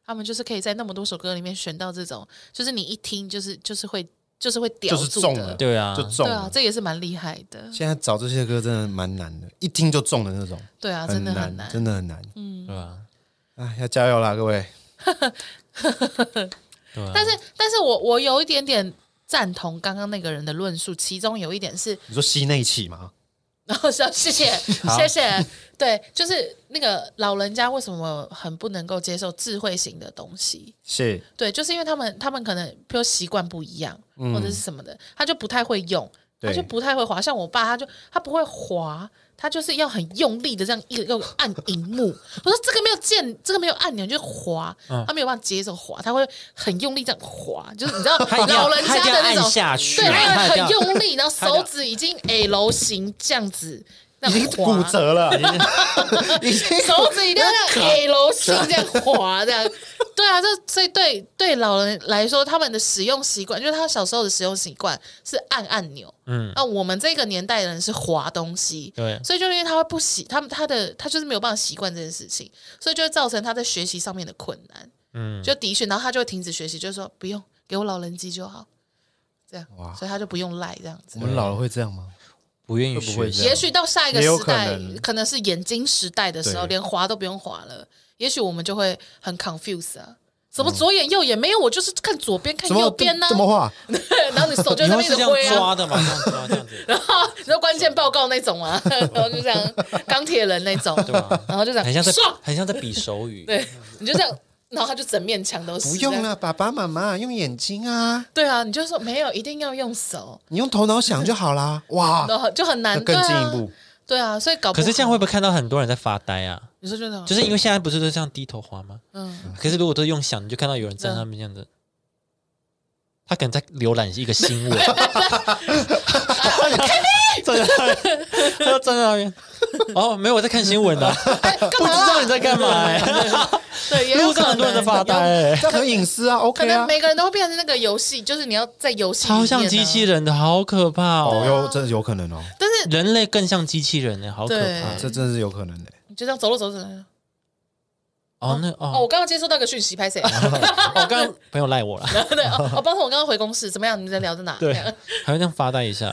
[SPEAKER 2] 他们就是可以在那么多首歌里面选到这种，就是你一听就是就是会就是会叼
[SPEAKER 3] 就是
[SPEAKER 2] 住
[SPEAKER 3] 中
[SPEAKER 2] 的
[SPEAKER 3] 了，
[SPEAKER 1] 对啊
[SPEAKER 3] 就，中
[SPEAKER 2] 对啊
[SPEAKER 3] 了，。
[SPEAKER 2] 这也是蛮厉害的。
[SPEAKER 3] 现在找这些歌真的蛮难的，一听就中的那种，
[SPEAKER 2] 对啊，真的很
[SPEAKER 3] 难，
[SPEAKER 2] 难。嗯
[SPEAKER 3] 真的很难。
[SPEAKER 1] 对啊，
[SPEAKER 3] 哎，要加油啦，各位！
[SPEAKER 1] 对啊，
[SPEAKER 2] 但是但是我我有一点点赞同刚刚那个人的论述，其中有一点是， <laughs>
[SPEAKER 3] 你说吸内气吗？
[SPEAKER 2] 然后说谢谢谢谢，对，就是那个老人家为什么很不能够接受智慧型的东西？ <laughs>
[SPEAKER 3] 是，
[SPEAKER 2] 对，就是因为他们他们可能比如习惯不一样，或者是
[SPEAKER 1] 嗯
[SPEAKER 2] 什么的，他就不太会用，他
[SPEAKER 3] 对
[SPEAKER 2] 就不太会滑。像我爸，他就他不会滑，他就是要很用力的这样一个一个按荧幕。我说这个没有键，这个没有按钮，你就滑，
[SPEAKER 1] 嗯
[SPEAKER 2] 他没有办法接受滑，他会很用力这样滑，就是你知道
[SPEAKER 1] 一定要
[SPEAKER 2] 老人家的那
[SPEAKER 1] 他一定要按
[SPEAKER 2] 种，
[SPEAKER 1] 下去
[SPEAKER 2] 对，
[SPEAKER 1] 他
[SPEAKER 2] 他
[SPEAKER 1] 一
[SPEAKER 2] 会
[SPEAKER 1] 定要
[SPEAKER 2] 很用力，然后
[SPEAKER 1] 他一定
[SPEAKER 2] 手
[SPEAKER 1] 要
[SPEAKER 2] 指已经 L 型这样子，那
[SPEAKER 3] 已
[SPEAKER 2] 样
[SPEAKER 3] 经
[SPEAKER 2] 滑
[SPEAKER 3] 骨折了，
[SPEAKER 2] <laughs>
[SPEAKER 3] 已经
[SPEAKER 2] 手指一定要像 L 型这样滑，这样。对啊，这所以对对老人来说，他们的使用习惯，就是他小时候的使用习惯是按按钮，嗯，那我们这个年代的人是滑东西，
[SPEAKER 1] 对
[SPEAKER 2] 所以就因为他会不习，他们他的他就是没有办法习惯这件事情，所以就会造成他在学习上面的困难，嗯，就的确，然后他就会停止学习，就说不用给我老人机就好，这样，所以他就不用赖这样子
[SPEAKER 3] 我。们老了会这样吗？
[SPEAKER 1] 不愿意
[SPEAKER 3] 会不
[SPEAKER 1] 学
[SPEAKER 3] 会
[SPEAKER 1] 习
[SPEAKER 3] 这样
[SPEAKER 2] 也许到下一个
[SPEAKER 3] 也有
[SPEAKER 2] 时
[SPEAKER 3] 可
[SPEAKER 2] 代，
[SPEAKER 3] 能
[SPEAKER 2] 可能是眼睛时代的时候，
[SPEAKER 3] 对
[SPEAKER 2] 连滑都不用滑了。也许我们就会很 confuse 啊，什么左眼右眼没 <laughs> 有，我啊就是看左边看
[SPEAKER 3] 嗯怎么
[SPEAKER 2] 右边呢、
[SPEAKER 3] 这么
[SPEAKER 2] <laughs>
[SPEAKER 3] 画？
[SPEAKER 2] 然后你手就
[SPEAKER 1] 以
[SPEAKER 2] 在
[SPEAKER 1] 后
[SPEAKER 2] 那
[SPEAKER 1] 是这
[SPEAKER 2] 边挥
[SPEAKER 1] 样
[SPEAKER 2] 啊，
[SPEAKER 1] 抓的嘛，这样抓这样子，
[SPEAKER 2] <laughs> 然后 <laughs> 你说关键报告那种啊， <laughs> 然后就这样钢铁人那种，
[SPEAKER 1] 对
[SPEAKER 3] 啊
[SPEAKER 1] 吧？
[SPEAKER 2] 然后就这
[SPEAKER 1] 很
[SPEAKER 2] 样
[SPEAKER 1] 像在
[SPEAKER 2] 唰，
[SPEAKER 1] 很像在比手语，
[SPEAKER 2] 对，你就这样，然后他就整面墙都是。
[SPEAKER 3] 不用啊
[SPEAKER 2] 这样
[SPEAKER 3] 了，爸爸妈妈用眼睛啊，
[SPEAKER 2] 对啊，你就说没有，一定要用手，
[SPEAKER 3] 你用头脑想就好啦。哇，
[SPEAKER 2] 然后就很难
[SPEAKER 3] 那啊更进一。
[SPEAKER 2] 对啊
[SPEAKER 3] 步，
[SPEAKER 2] 对啊，所以搞不
[SPEAKER 1] 可是这样
[SPEAKER 2] 好
[SPEAKER 1] 会不会看到很多人在发呆啊？
[SPEAKER 2] 你说就这样，
[SPEAKER 1] 就是因为现在不是都这样低头滑吗？
[SPEAKER 2] 嗯，
[SPEAKER 1] 可是如果都用想，你就看到有人站在那边这样子，他可能在浏览一个新
[SPEAKER 2] <laughs>
[SPEAKER 1] 闻，站在那边，他就站在那边。哦，没有，我在看新闻呢、
[SPEAKER 2] 哎干
[SPEAKER 1] 不
[SPEAKER 2] 嘛
[SPEAKER 1] 知
[SPEAKER 2] 啦
[SPEAKER 1] 道你在干嘛、欸。
[SPEAKER 2] 对，也有
[SPEAKER 1] 路上很多人在发
[SPEAKER 2] 可能
[SPEAKER 1] 呆、欸，
[SPEAKER 3] 这样很隐私啊
[SPEAKER 2] 可
[SPEAKER 3] ，OK
[SPEAKER 2] 能
[SPEAKER 3] 啊。
[SPEAKER 2] 每个人都会变成那个游戏，就是你要在游戏里面、
[SPEAKER 1] 超
[SPEAKER 2] 啊、
[SPEAKER 1] 像机器。人的，好可怕
[SPEAKER 3] 哦
[SPEAKER 1] 哦！
[SPEAKER 3] 哟，这有可能哦，
[SPEAKER 2] 但是
[SPEAKER 1] 人类更像机器人呢、好可怕
[SPEAKER 2] 对
[SPEAKER 3] 这真是有可 <laughs> 能的。
[SPEAKER 2] 你就这样走路走路走路，
[SPEAKER 1] 哦！那
[SPEAKER 2] 哦，
[SPEAKER 1] 哦，
[SPEAKER 2] 我刚刚接收到一个讯息，拍 <laughs> 谁？
[SPEAKER 1] 我刚刚朋友赖我了，
[SPEAKER 2] 对，哦，哦包括我刚刚回公司，怎么样？你们在聊 <laughs> 在哪？
[SPEAKER 1] 对
[SPEAKER 2] 这样，
[SPEAKER 1] <laughs> 还会这样发呆一下，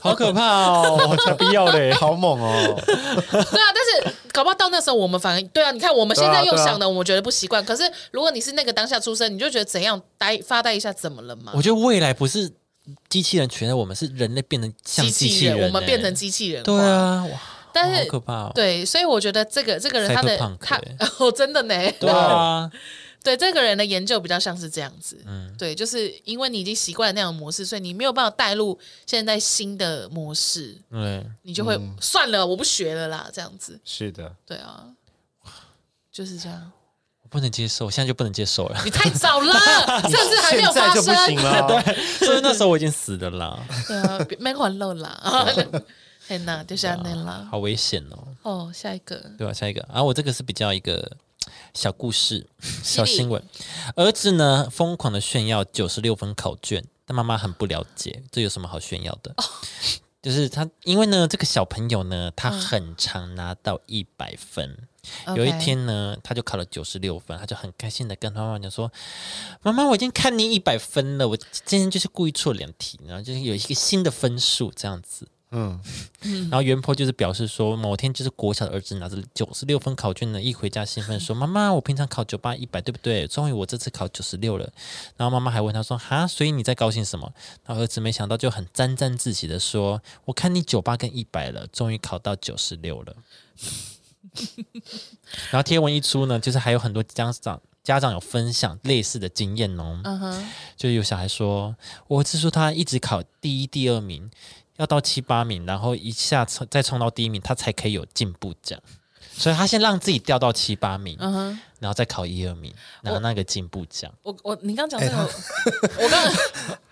[SPEAKER 1] 好可怕哦！我才不要
[SPEAKER 3] <laughs>
[SPEAKER 1] 嘞！
[SPEAKER 3] 好猛哦！
[SPEAKER 2] 对啊，但是搞不好到那时候我们反而对啊，你看我们现在
[SPEAKER 3] 对啊
[SPEAKER 2] 用
[SPEAKER 3] 对啊
[SPEAKER 2] 想的，我们觉得不习惯。可是如果你是那个当下出生，你就觉得怎样呆发呆一下怎么了嘛
[SPEAKER 1] <laughs> 我？觉得未来不是机器人取代我们，是人类变成像
[SPEAKER 2] 机
[SPEAKER 1] 机
[SPEAKER 2] 器
[SPEAKER 1] 器人、欸
[SPEAKER 2] 人，我们变成机器人。
[SPEAKER 1] 对，啊，哇，
[SPEAKER 2] 但
[SPEAKER 1] 好
[SPEAKER 2] 是
[SPEAKER 1] 可怕哦！
[SPEAKER 2] 对，所以我觉得这个这个人他的
[SPEAKER 1] Cyberpunk
[SPEAKER 2] 他
[SPEAKER 1] 欸
[SPEAKER 2] <laughs> 哦，真的呢，
[SPEAKER 1] 对啊，
[SPEAKER 2] 对这个人的研究比较像是这样子，嗯，对，就是因为你已经习惯了那样的模式，所以你没有办法带入现在新的模式，
[SPEAKER 1] 对，
[SPEAKER 2] 你就会、
[SPEAKER 1] 嗯
[SPEAKER 2] 算了，我不学了啦，这样子，
[SPEAKER 3] <laughs> 是的，
[SPEAKER 2] 对啊， <laughs> 就是这样。
[SPEAKER 1] 我不能接受，现在就不能接受了。 <laughs>
[SPEAKER 2] 你太早了，甚至还没有
[SPEAKER 3] 现在
[SPEAKER 2] 发
[SPEAKER 3] 就不行
[SPEAKER 2] 生。啊
[SPEAKER 3] 了。 <laughs> 对，
[SPEAKER 1] 所以那时候我已经死的啦，
[SPEAKER 2] <laughs> 对啊，别没还漏啦，天哪，就是安内啦。
[SPEAKER 1] 啊好危险哦。
[SPEAKER 2] 哦，下一个，
[SPEAKER 1] 对吧、下一个啊，我这个是比较一个小故事、小
[SPEAKER 2] 犀利
[SPEAKER 1] 新闻。儿子呢疯狂的炫耀九十六分考卷，但妈妈很不了解，这有什么好炫耀
[SPEAKER 2] 哦
[SPEAKER 1] 的？就是他，因为呢，这个小朋友呢，他
[SPEAKER 2] 嗯
[SPEAKER 1] 很常拿到一百分。有一
[SPEAKER 2] OK
[SPEAKER 1] 天呢，他就考了九十六分，他就很开心的跟他妈妈讲说：“妈妈，我已经看你一百分了，我今天就是故意错两题，然后就是有一个新的分数这样子。”
[SPEAKER 3] 嗯，
[SPEAKER 1] 然后袁坡就是表示说，某天就是国小的儿子拿着九十六分考卷呢，一回家兴奋说：“妈妈，我平常考九八一百，对不对？终于我这次考九十六了。”然后妈妈还问他说：“哈，所以你在高兴什么？”然后儿子没想到就很沾沾自喜的说：“我看你九八跟一百了，终于考到九十六了。”然后贴文一出呢，就是还有很多家长家长有分享类似的经验哦。
[SPEAKER 2] 嗯哼，
[SPEAKER 1] 就有小孩说，我儿子说他一直考第一、第二名，要到七八名，然后一下冲再冲到第一名，他才可以有进步奖。所以他先让自己掉到七八名，
[SPEAKER 2] 嗯哼，
[SPEAKER 1] 然后再考一二名，拿那个进步奖。
[SPEAKER 2] 我我你刚讲
[SPEAKER 1] 哎
[SPEAKER 2] 这个， <laughs> 我我刚
[SPEAKER 1] <laughs>
[SPEAKER 2] 刚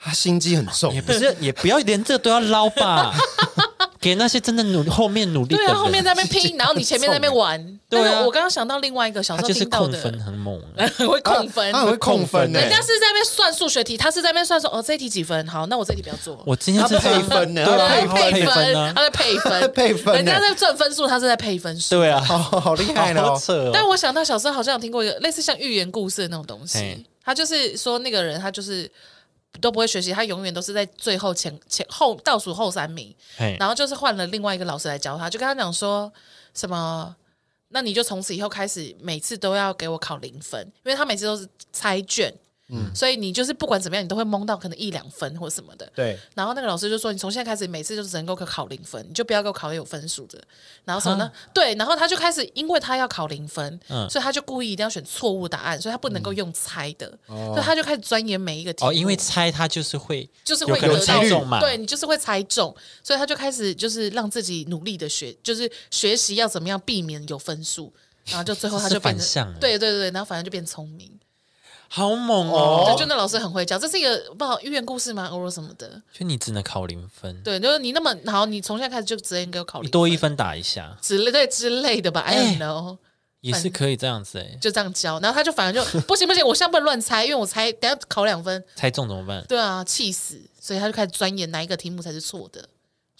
[SPEAKER 3] 他心机很重
[SPEAKER 1] 也，
[SPEAKER 3] <laughs>
[SPEAKER 1] 不是，也不要连这都要捞
[SPEAKER 2] <laughs>
[SPEAKER 1] 吧，给那些真的努后面努力的
[SPEAKER 2] 对
[SPEAKER 1] 人。
[SPEAKER 2] 啊，后面在那边拼，然后你前面在那边玩。
[SPEAKER 1] 对啊
[SPEAKER 2] 但是我刚刚想到另外一个小
[SPEAKER 1] 他
[SPEAKER 2] 时候
[SPEAKER 1] 就是
[SPEAKER 2] 听到
[SPEAKER 1] 控
[SPEAKER 2] 的，
[SPEAKER 1] 分很猛啊、
[SPEAKER 2] 很 <laughs> 会控分。
[SPEAKER 3] 他很会控分欸呢。
[SPEAKER 2] 人家是在那边算数学题，他是在那边算说哦，这一题几分？好，那我这一题不要做。
[SPEAKER 1] 我今天是
[SPEAKER 3] 他配分呢
[SPEAKER 1] 对
[SPEAKER 3] 他
[SPEAKER 1] 啊，
[SPEAKER 2] 在
[SPEAKER 1] 配
[SPEAKER 2] 配
[SPEAKER 1] 分
[SPEAKER 2] 分，
[SPEAKER 1] 啊，
[SPEAKER 2] 他在配分，
[SPEAKER 3] 配分
[SPEAKER 2] 人家
[SPEAKER 3] 呢
[SPEAKER 2] 在赚分数，他是在配分数。
[SPEAKER 1] 对啊，
[SPEAKER 3] 好好厉害
[SPEAKER 1] 好
[SPEAKER 3] 哦！
[SPEAKER 1] 扯哦。
[SPEAKER 2] 但我想到小时候好像有听过一个类似像寓言故事的那种东
[SPEAKER 1] 嘿
[SPEAKER 2] 西，他就是说那个人他就是都不会学习，他永远都是在最后前前后倒数后三名，
[SPEAKER 1] 嘿
[SPEAKER 2] 然后就是换了另外一个老师来教他，就跟他讲说什么。那你就从此以后开始，每次都要给我考零分，因为他每次都是猜卷，
[SPEAKER 1] 嗯
[SPEAKER 2] 所以你就是不管怎么样，你都会蒙到可能一两分或什么的。
[SPEAKER 3] 对，
[SPEAKER 2] 然后那个老师就说：“你从现在开始，每次就只能够考零分，你就不要给我考有分数的。”然后什么呢？对，然后他就开始，因为他要考零分，
[SPEAKER 1] 嗯
[SPEAKER 2] 所以他就故意一定要选错误答案，所以他不能够用猜的，所以他就开始钻研每一个题目。
[SPEAKER 1] 嗯哦，因为猜他就是会
[SPEAKER 2] 就是
[SPEAKER 1] 有
[SPEAKER 2] 会
[SPEAKER 1] 可
[SPEAKER 2] 得
[SPEAKER 1] 能
[SPEAKER 2] 到
[SPEAKER 1] 猜中嘛，
[SPEAKER 2] 对你就是会猜中，所以他就开始就是让自己努力的学，就是学习要怎么样避免有分数，然后就最后他
[SPEAKER 1] 这是
[SPEAKER 2] 就变
[SPEAKER 1] 反向欸
[SPEAKER 2] 成对对对，然后反正就变聪明。
[SPEAKER 1] 好猛哦！
[SPEAKER 2] 对，就那老师很会教，这是一个不好寓言故事吗？或者什么的？
[SPEAKER 1] 就你只能考零分，
[SPEAKER 2] 对，就是你那么好，你从现在开始就直接给我考
[SPEAKER 1] 你
[SPEAKER 2] 虑
[SPEAKER 1] 多一分打一下
[SPEAKER 2] 之类对之类的吧，I
[SPEAKER 1] 哎
[SPEAKER 2] don't know，、
[SPEAKER 1] 也是可以这样子哎、
[SPEAKER 2] 就这样教，然后他就反而就不行不行，我现在不能乱猜，因为我猜等下考两分，
[SPEAKER 1] 猜中怎么办？
[SPEAKER 2] 对啊，气死，所以他就开始钻研哪一个题目才是错的，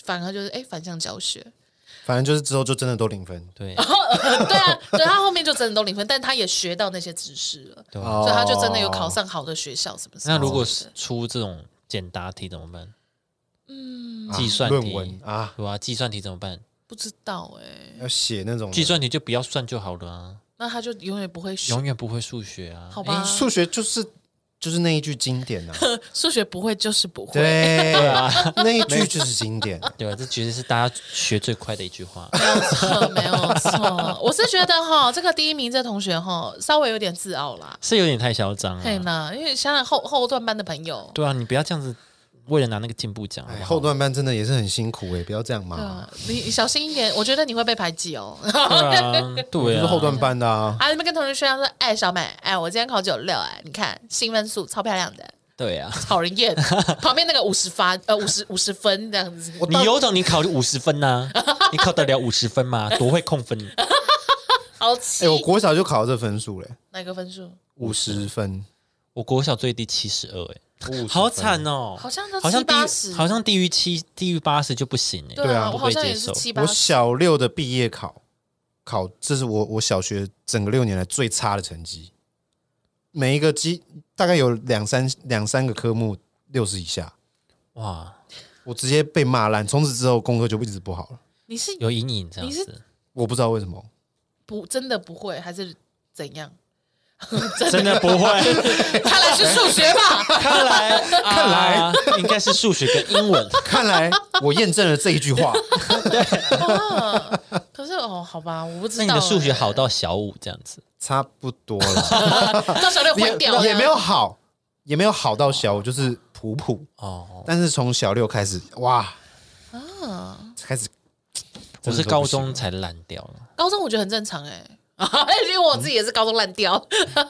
[SPEAKER 2] 反而就是哎反向教学，
[SPEAKER 3] 反正就是之后就真的都零分。
[SPEAKER 1] <laughs> 对，
[SPEAKER 2] <laughs> 对啊，对他后面就真的都零分，但他也学到那些知识了，
[SPEAKER 1] 对
[SPEAKER 3] 哦
[SPEAKER 2] 所以他就真的有考上好的学校什么什么
[SPEAKER 1] 那如果
[SPEAKER 2] 之
[SPEAKER 1] 是
[SPEAKER 2] 类的
[SPEAKER 1] 出这种简答题怎么办？嗯，
[SPEAKER 3] 啊
[SPEAKER 1] 计算
[SPEAKER 3] 论
[SPEAKER 1] 题
[SPEAKER 3] 文，啊，
[SPEAKER 1] 对啊，计算题怎么办？
[SPEAKER 2] 不知道哎、
[SPEAKER 3] 要写那种的
[SPEAKER 1] 计算题就不要算就好了啊，
[SPEAKER 2] 那他就永远不会学
[SPEAKER 1] 永远不会数学啊。
[SPEAKER 2] 好吧
[SPEAKER 1] 诶
[SPEAKER 3] 数学就是就是那一句经
[SPEAKER 2] <laughs>
[SPEAKER 3] 典啊，
[SPEAKER 2] 数学不会就是不会。
[SPEAKER 3] <laughs> 对啊，那一句就是经典。
[SPEAKER 1] 对啊，这绝对是大家学最快的一句话。 <laughs>
[SPEAKER 2] 没有错，没有错。我是觉得哈，这个第一名这同学哈，稍微有点自傲啦。
[SPEAKER 1] 是有点太嚣张
[SPEAKER 2] 对
[SPEAKER 1] 了。
[SPEAKER 2] 呢，因为想想后后段班的朋友，
[SPEAKER 1] 嗯对啊，你不要这样子，为了拿那个进步奖，好
[SPEAKER 3] 哎，
[SPEAKER 1] 不好
[SPEAKER 3] <laughs> 后段班真的也是很辛苦哎，不要这样
[SPEAKER 2] 对
[SPEAKER 3] 嘛。
[SPEAKER 2] 啊你你小心一点，我觉得你会被排挤哦。 <laughs>
[SPEAKER 1] 对啊，
[SPEAKER 3] 我
[SPEAKER 1] 对 <laughs> 啊，
[SPEAKER 3] 就是后段班的啊，
[SPEAKER 2] 啊，你们跟同学炫耀说，哎，小美，哎，我今天考九六，哎，你看新分数超漂亮的，
[SPEAKER 1] 对啊。
[SPEAKER 2] 讨人厌。旁边那个五十发，呃，五十五十分这样子，
[SPEAKER 1] 你有种你考五十
[SPEAKER 4] <laughs>
[SPEAKER 1] 分呐、你考得了五十分吗？多会控分，
[SPEAKER 2] 好气
[SPEAKER 3] 哎，。我国小就考到这分数嘞，
[SPEAKER 2] 哪个分数？
[SPEAKER 3] 五十分，
[SPEAKER 1] 我国小最低七十二，哎，
[SPEAKER 3] 50
[SPEAKER 1] 好
[SPEAKER 3] 分。
[SPEAKER 1] 惨哦！
[SPEAKER 2] 好像都
[SPEAKER 1] 好像
[SPEAKER 2] 七
[SPEAKER 1] 低
[SPEAKER 2] 八十
[SPEAKER 1] 好像低于七、低于八十就不行哎、
[SPEAKER 3] 对
[SPEAKER 2] 啊，
[SPEAKER 3] 啊
[SPEAKER 2] 我
[SPEAKER 1] 不
[SPEAKER 2] 好
[SPEAKER 1] 会
[SPEAKER 2] 像
[SPEAKER 1] 接
[SPEAKER 2] 也是
[SPEAKER 1] 受
[SPEAKER 2] 七八
[SPEAKER 3] 我
[SPEAKER 2] 十。
[SPEAKER 3] 小六的毕业考考，这是我我小学整个六年来最差的成绩，每一个基大概有两三两三个科目六十以下，
[SPEAKER 1] 哇，
[SPEAKER 3] 我直接被骂烂，从此之后功课就一直不好了。
[SPEAKER 2] 你是
[SPEAKER 1] 有阴影这样
[SPEAKER 2] 你是
[SPEAKER 1] 子。
[SPEAKER 3] 我不知道为什么，
[SPEAKER 2] 不真的不会，还是怎样？
[SPEAKER 4] 真的不会。
[SPEAKER 2] <laughs> 看来是数学吧？
[SPEAKER 4] 看来，看
[SPEAKER 1] 来
[SPEAKER 4] 应该是数学跟英文。
[SPEAKER 3] 看来我验证了这一句话。
[SPEAKER 2] 啊 <laughs> 可是哦，好吧，我不知道
[SPEAKER 1] <laughs> 那
[SPEAKER 2] 欸。
[SPEAKER 1] 你的数学好到小五这样子，
[SPEAKER 3] 差不多了，
[SPEAKER 2] 到小六换
[SPEAKER 3] 也
[SPEAKER 2] 掉了
[SPEAKER 3] 也没有好，也没有好到小，我就是普普。
[SPEAKER 1] 哦，
[SPEAKER 3] 但是从小六开始，哇，开始
[SPEAKER 1] 我是高中才烂掉了，
[SPEAKER 2] 高中，我觉得很正常哎。 <laughs> 因为我自己也是高中烂掉，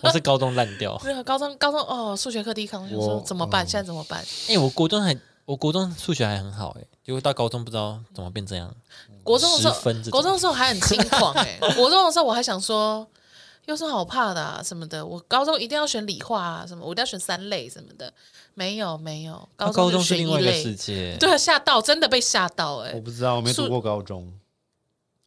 [SPEAKER 1] 我是高中烂掉。
[SPEAKER 2] 没有高中高中哦，数学课第一堂，我想说
[SPEAKER 3] 我
[SPEAKER 2] 怎么办？现在怎么办？
[SPEAKER 1] 哎、我国中还，我国中数学还很好、哎，结果到高中不知道怎么变这样。
[SPEAKER 2] 国中的时
[SPEAKER 1] 十分
[SPEAKER 2] 候，
[SPEAKER 1] 这种
[SPEAKER 2] 国中的时候还很轻狂
[SPEAKER 1] <laughs>
[SPEAKER 2] 哎、国中的时候我还想说，有什么好怕的啊什么的。我高中一定要选理化啊，什么我一定要选三类什么的。没有没有，
[SPEAKER 1] 那
[SPEAKER 2] 高
[SPEAKER 1] 啊高中
[SPEAKER 2] 就是选
[SPEAKER 1] 另外一
[SPEAKER 2] 一
[SPEAKER 1] 个
[SPEAKER 2] 类
[SPEAKER 1] 世界，
[SPEAKER 2] 对啊，吓到，真的被吓到哎、
[SPEAKER 3] 我不知道，我没读
[SPEAKER 2] 数
[SPEAKER 3] 过高中，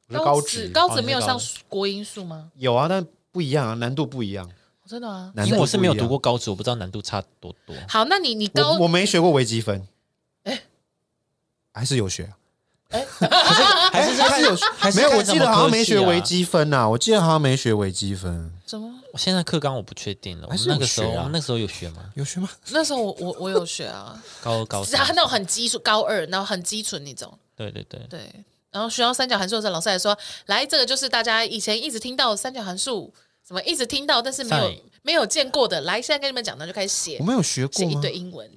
[SPEAKER 3] 我是
[SPEAKER 2] 高
[SPEAKER 3] 职
[SPEAKER 2] 高
[SPEAKER 1] 哦
[SPEAKER 2] 职
[SPEAKER 1] 你
[SPEAKER 2] 没
[SPEAKER 1] 哦是
[SPEAKER 2] 有
[SPEAKER 1] 高
[SPEAKER 2] 上
[SPEAKER 1] 职
[SPEAKER 2] 国音数吗？
[SPEAKER 3] 有啊，但不一样啊，难度不一样。
[SPEAKER 2] 真的啊。
[SPEAKER 3] 难度
[SPEAKER 1] 因为我是没有
[SPEAKER 3] 不一
[SPEAKER 1] 读
[SPEAKER 3] 样
[SPEAKER 1] 过，高职，我不知道难度差多多。
[SPEAKER 2] 好，那你你高
[SPEAKER 3] 我我没学过微积分，
[SPEAKER 2] 哎
[SPEAKER 3] 还是有学
[SPEAKER 2] <laughs>
[SPEAKER 3] 啊，
[SPEAKER 1] 还是
[SPEAKER 3] 还是有学，
[SPEAKER 1] 还是
[SPEAKER 3] 没有？
[SPEAKER 1] 看
[SPEAKER 3] 我
[SPEAKER 1] 什
[SPEAKER 3] 记
[SPEAKER 1] 么
[SPEAKER 3] 得好像
[SPEAKER 1] 科
[SPEAKER 3] 没
[SPEAKER 1] 系
[SPEAKER 3] 学微
[SPEAKER 1] 啊
[SPEAKER 3] 积分呐，我记得好像没学微积分，
[SPEAKER 2] 怎么？
[SPEAKER 1] 我现在课纲我不确定了。我
[SPEAKER 3] 还
[SPEAKER 1] 们
[SPEAKER 3] 是有
[SPEAKER 1] 那个时候，
[SPEAKER 3] 学啊
[SPEAKER 1] 我们那时候有学吗？
[SPEAKER 3] 有学吗？
[SPEAKER 2] 那时候我我我有学啊，
[SPEAKER 1] 高二高
[SPEAKER 2] 是啊
[SPEAKER 1] 三，
[SPEAKER 2] <laughs> 那种很基础，高二然后很基础那种，
[SPEAKER 1] 对对对，
[SPEAKER 2] 对。然后学到三角函数的时候，老师还说：“来，这个就是大家以前一直听到的三角函数，什么一直听到，但是没有
[SPEAKER 1] Sine
[SPEAKER 2] 没有见过的。来，现在跟你们讲，然后就开始写
[SPEAKER 3] 我们有学过
[SPEAKER 2] 写一
[SPEAKER 3] 吗？
[SPEAKER 2] 堆英文。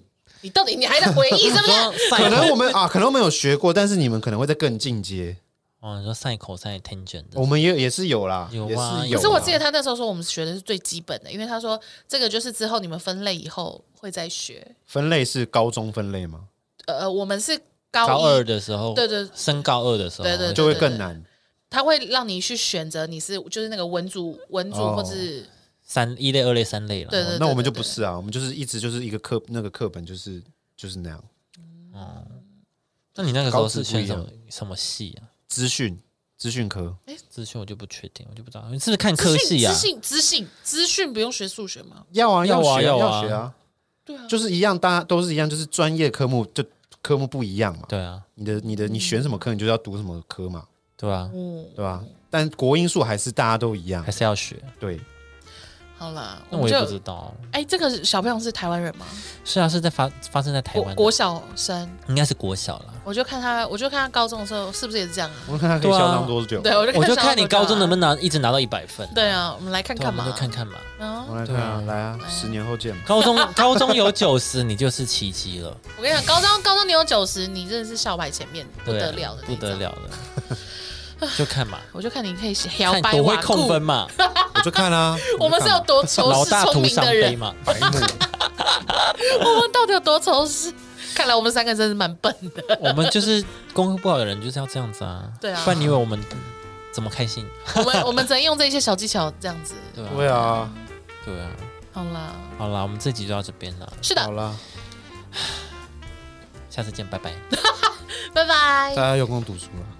[SPEAKER 2] 你到底你还在回忆
[SPEAKER 3] <laughs>
[SPEAKER 2] 是不
[SPEAKER 1] 你
[SPEAKER 2] 是？
[SPEAKER 1] 说赛
[SPEAKER 3] 可能我们啊，可能我们有学过，但是你们可能会在更进阶。
[SPEAKER 1] 哦，你说赛口赛 tangent
[SPEAKER 3] 我
[SPEAKER 1] 的，
[SPEAKER 3] 们也也是有啦，
[SPEAKER 1] 有啊
[SPEAKER 3] 也是有。
[SPEAKER 1] 有
[SPEAKER 2] 可是我记得，他那时候说我们学的是最基本的，因为他说这个就是之后你们分类以后会再学。
[SPEAKER 3] 分类是高中分类吗？
[SPEAKER 2] 呃，我们是高一，
[SPEAKER 1] 高二的时候，
[SPEAKER 2] 对对
[SPEAKER 1] 升高二的时候，
[SPEAKER 2] 对对对
[SPEAKER 3] 就会更难。
[SPEAKER 2] 他会让你去选择你是就是那个文组文组
[SPEAKER 3] 哦
[SPEAKER 2] 或是、
[SPEAKER 1] 三一类、二类、三类了。哦
[SPEAKER 2] 对对对
[SPEAKER 3] 那我们就
[SPEAKER 2] 对
[SPEAKER 3] 不
[SPEAKER 2] 对
[SPEAKER 3] 是啊，我们就是一直就是一个课那个课本就是就是那样，
[SPEAKER 1] 那你那个时候是
[SPEAKER 3] 高职不
[SPEAKER 1] 选
[SPEAKER 3] 一
[SPEAKER 1] 什
[SPEAKER 3] 样
[SPEAKER 1] 么什么系啊？
[SPEAKER 3] 资讯资讯科
[SPEAKER 1] 资讯我就不确定，我就不知道你是不是看科
[SPEAKER 2] 资
[SPEAKER 1] 系
[SPEAKER 2] 讯
[SPEAKER 1] 啊
[SPEAKER 2] 资？讯资讯资讯不用学数学吗？
[SPEAKER 3] 要啊
[SPEAKER 1] 要啊
[SPEAKER 3] 学
[SPEAKER 1] 要
[SPEAKER 3] 要
[SPEAKER 1] 啊
[SPEAKER 3] 学啊，
[SPEAKER 2] 对啊，
[SPEAKER 3] 就是一样，大家都是一样，就是专业科目就科目不一样嘛。
[SPEAKER 1] 对啊，
[SPEAKER 3] 你的你的你选什么科，你就要读什么科嘛，
[SPEAKER 1] 对啊，
[SPEAKER 2] 嗯，
[SPEAKER 3] 对吧、但国英数还是大家都一样
[SPEAKER 1] 还，是要学。
[SPEAKER 3] 对，
[SPEAKER 2] 好啦，
[SPEAKER 1] 那
[SPEAKER 2] 们
[SPEAKER 1] 我也不知
[SPEAKER 2] 就
[SPEAKER 1] 道，
[SPEAKER 2] 哎，这个小朋友是台湾人吗？
[SPEAKER 1] 是啊，是在发发生在台
[SPEAKER 2] 国
[SPEAKER 1] 湾的，
[SPEAKER 2] 国小生，
[SPEAKER 1] 应该是国小啦。
[SPEAKER 2] 我就看他，我就看他高中的时候是不是也是
[SPEAKER 1] <laughs>
[SPEAKER 2] 这样啊？
[SPEAKER 3] 我们看他可以
[SPEAKER 1] 对啊
[SPEAKER 3] 嚣张多久。
[SPEAKER 2] 对，我就
[SPEAKER 1] 我就
[SPEAKER 2] 就啊
[SPEAKER 1] 看你高中能不
[SPEAKER 2] 能。
[SPEAKER 1] 能拿一直拿到一百分，
[SPEAKER 2] 对啊，我们来看
[SPEAKER 1] 对啊，我
[SPEAKER 2] 看
[SPEAKER 1] 们
[SPEAKER 2] 嘛。
[SPEAKER 1] 就看看嘛。
[SPEAKER 3] 我
[SPEAKER 2] 啊！
[SPEAKER 3] 们来看啊，来啊，十年后见嘛。 <laughs>
[SPEAKER 1] 高
[SPEAKER 2] <laughs>
[SPEAKER 1] 中高中有九十，你就是奇迹了，
[SPEAKER 2] 我跟你讲，高中高中你有九十，你真的是校牌前面不
[SPEAKER 1] 对啊
[SPEAKER 2] 得了的，
[SPEAKER 1] 不得。了了，
[SPEAKER 2] <laughs>
[SPEAKER 1] 就看嘛，
[SPEAKER 2] 我就看你可以摇
[SPEAKER 1] 看
[SPEAKER 2] 摆
[SPEAKER 1] 多会
[SPEAKER 2] 瓦
[SPEAKER 1] 控
[SPEAKER 2] 固
[SPEAKER 1] 分，
[SPEAKER 2] <laughs>
[SPEAKER 1] 嘛，
[SPEAKER 3] 我就看啊，
[SPEAKER 2] 我们是有多
[SPEAKER 1] 老
[SPEAKER 2] 仇视
[SPEAKER 1] 大
[SPEAKER 2] 聪
[SPEAKER 1] 徒
[SPEAKER 2] 明
[SPEAKER 1] 伤
[SPEAKER 2] 的人
[SPEAKER 1] 悲。嘛。
[SPEAKER 3] 白目，
[SPEAKER 2] <laughs> 我们到底有多仇视？看来我们三个真是蛮笨
[SPEAKER 1] <laughs>
[SPEAKER 2] 的。
[SPEAKER 1] 我们就是功课不好的人就是要这样子啊，
[SPEAKER 2] 对啊
[SPEAKER 1] 不然你以为我们怎么开心？
[SPEAKER 2] 我们我们只能用这些小技巧这样子。
[SPEAKER 1] 对
[SPEAKER 3] 对
[SPEAKER 1] 啊，
[SPEAKER 3] 啊，
[SPEAKER 1] 对啊。
[SPEAKER 2] 好啦，
[SPEAKER 1] 好啦，我们这集就到这边了，
[SPEAKER 2] 是
[SPEAKER 3] 好
[SPEAKER 2] 的，
[SPEAKER 3] 啦，
[SPEAKER 1] 下次见，拜拜。
[SPEAKER 2] 拜拜
[SPEAKER 3] 大。家用功读书了。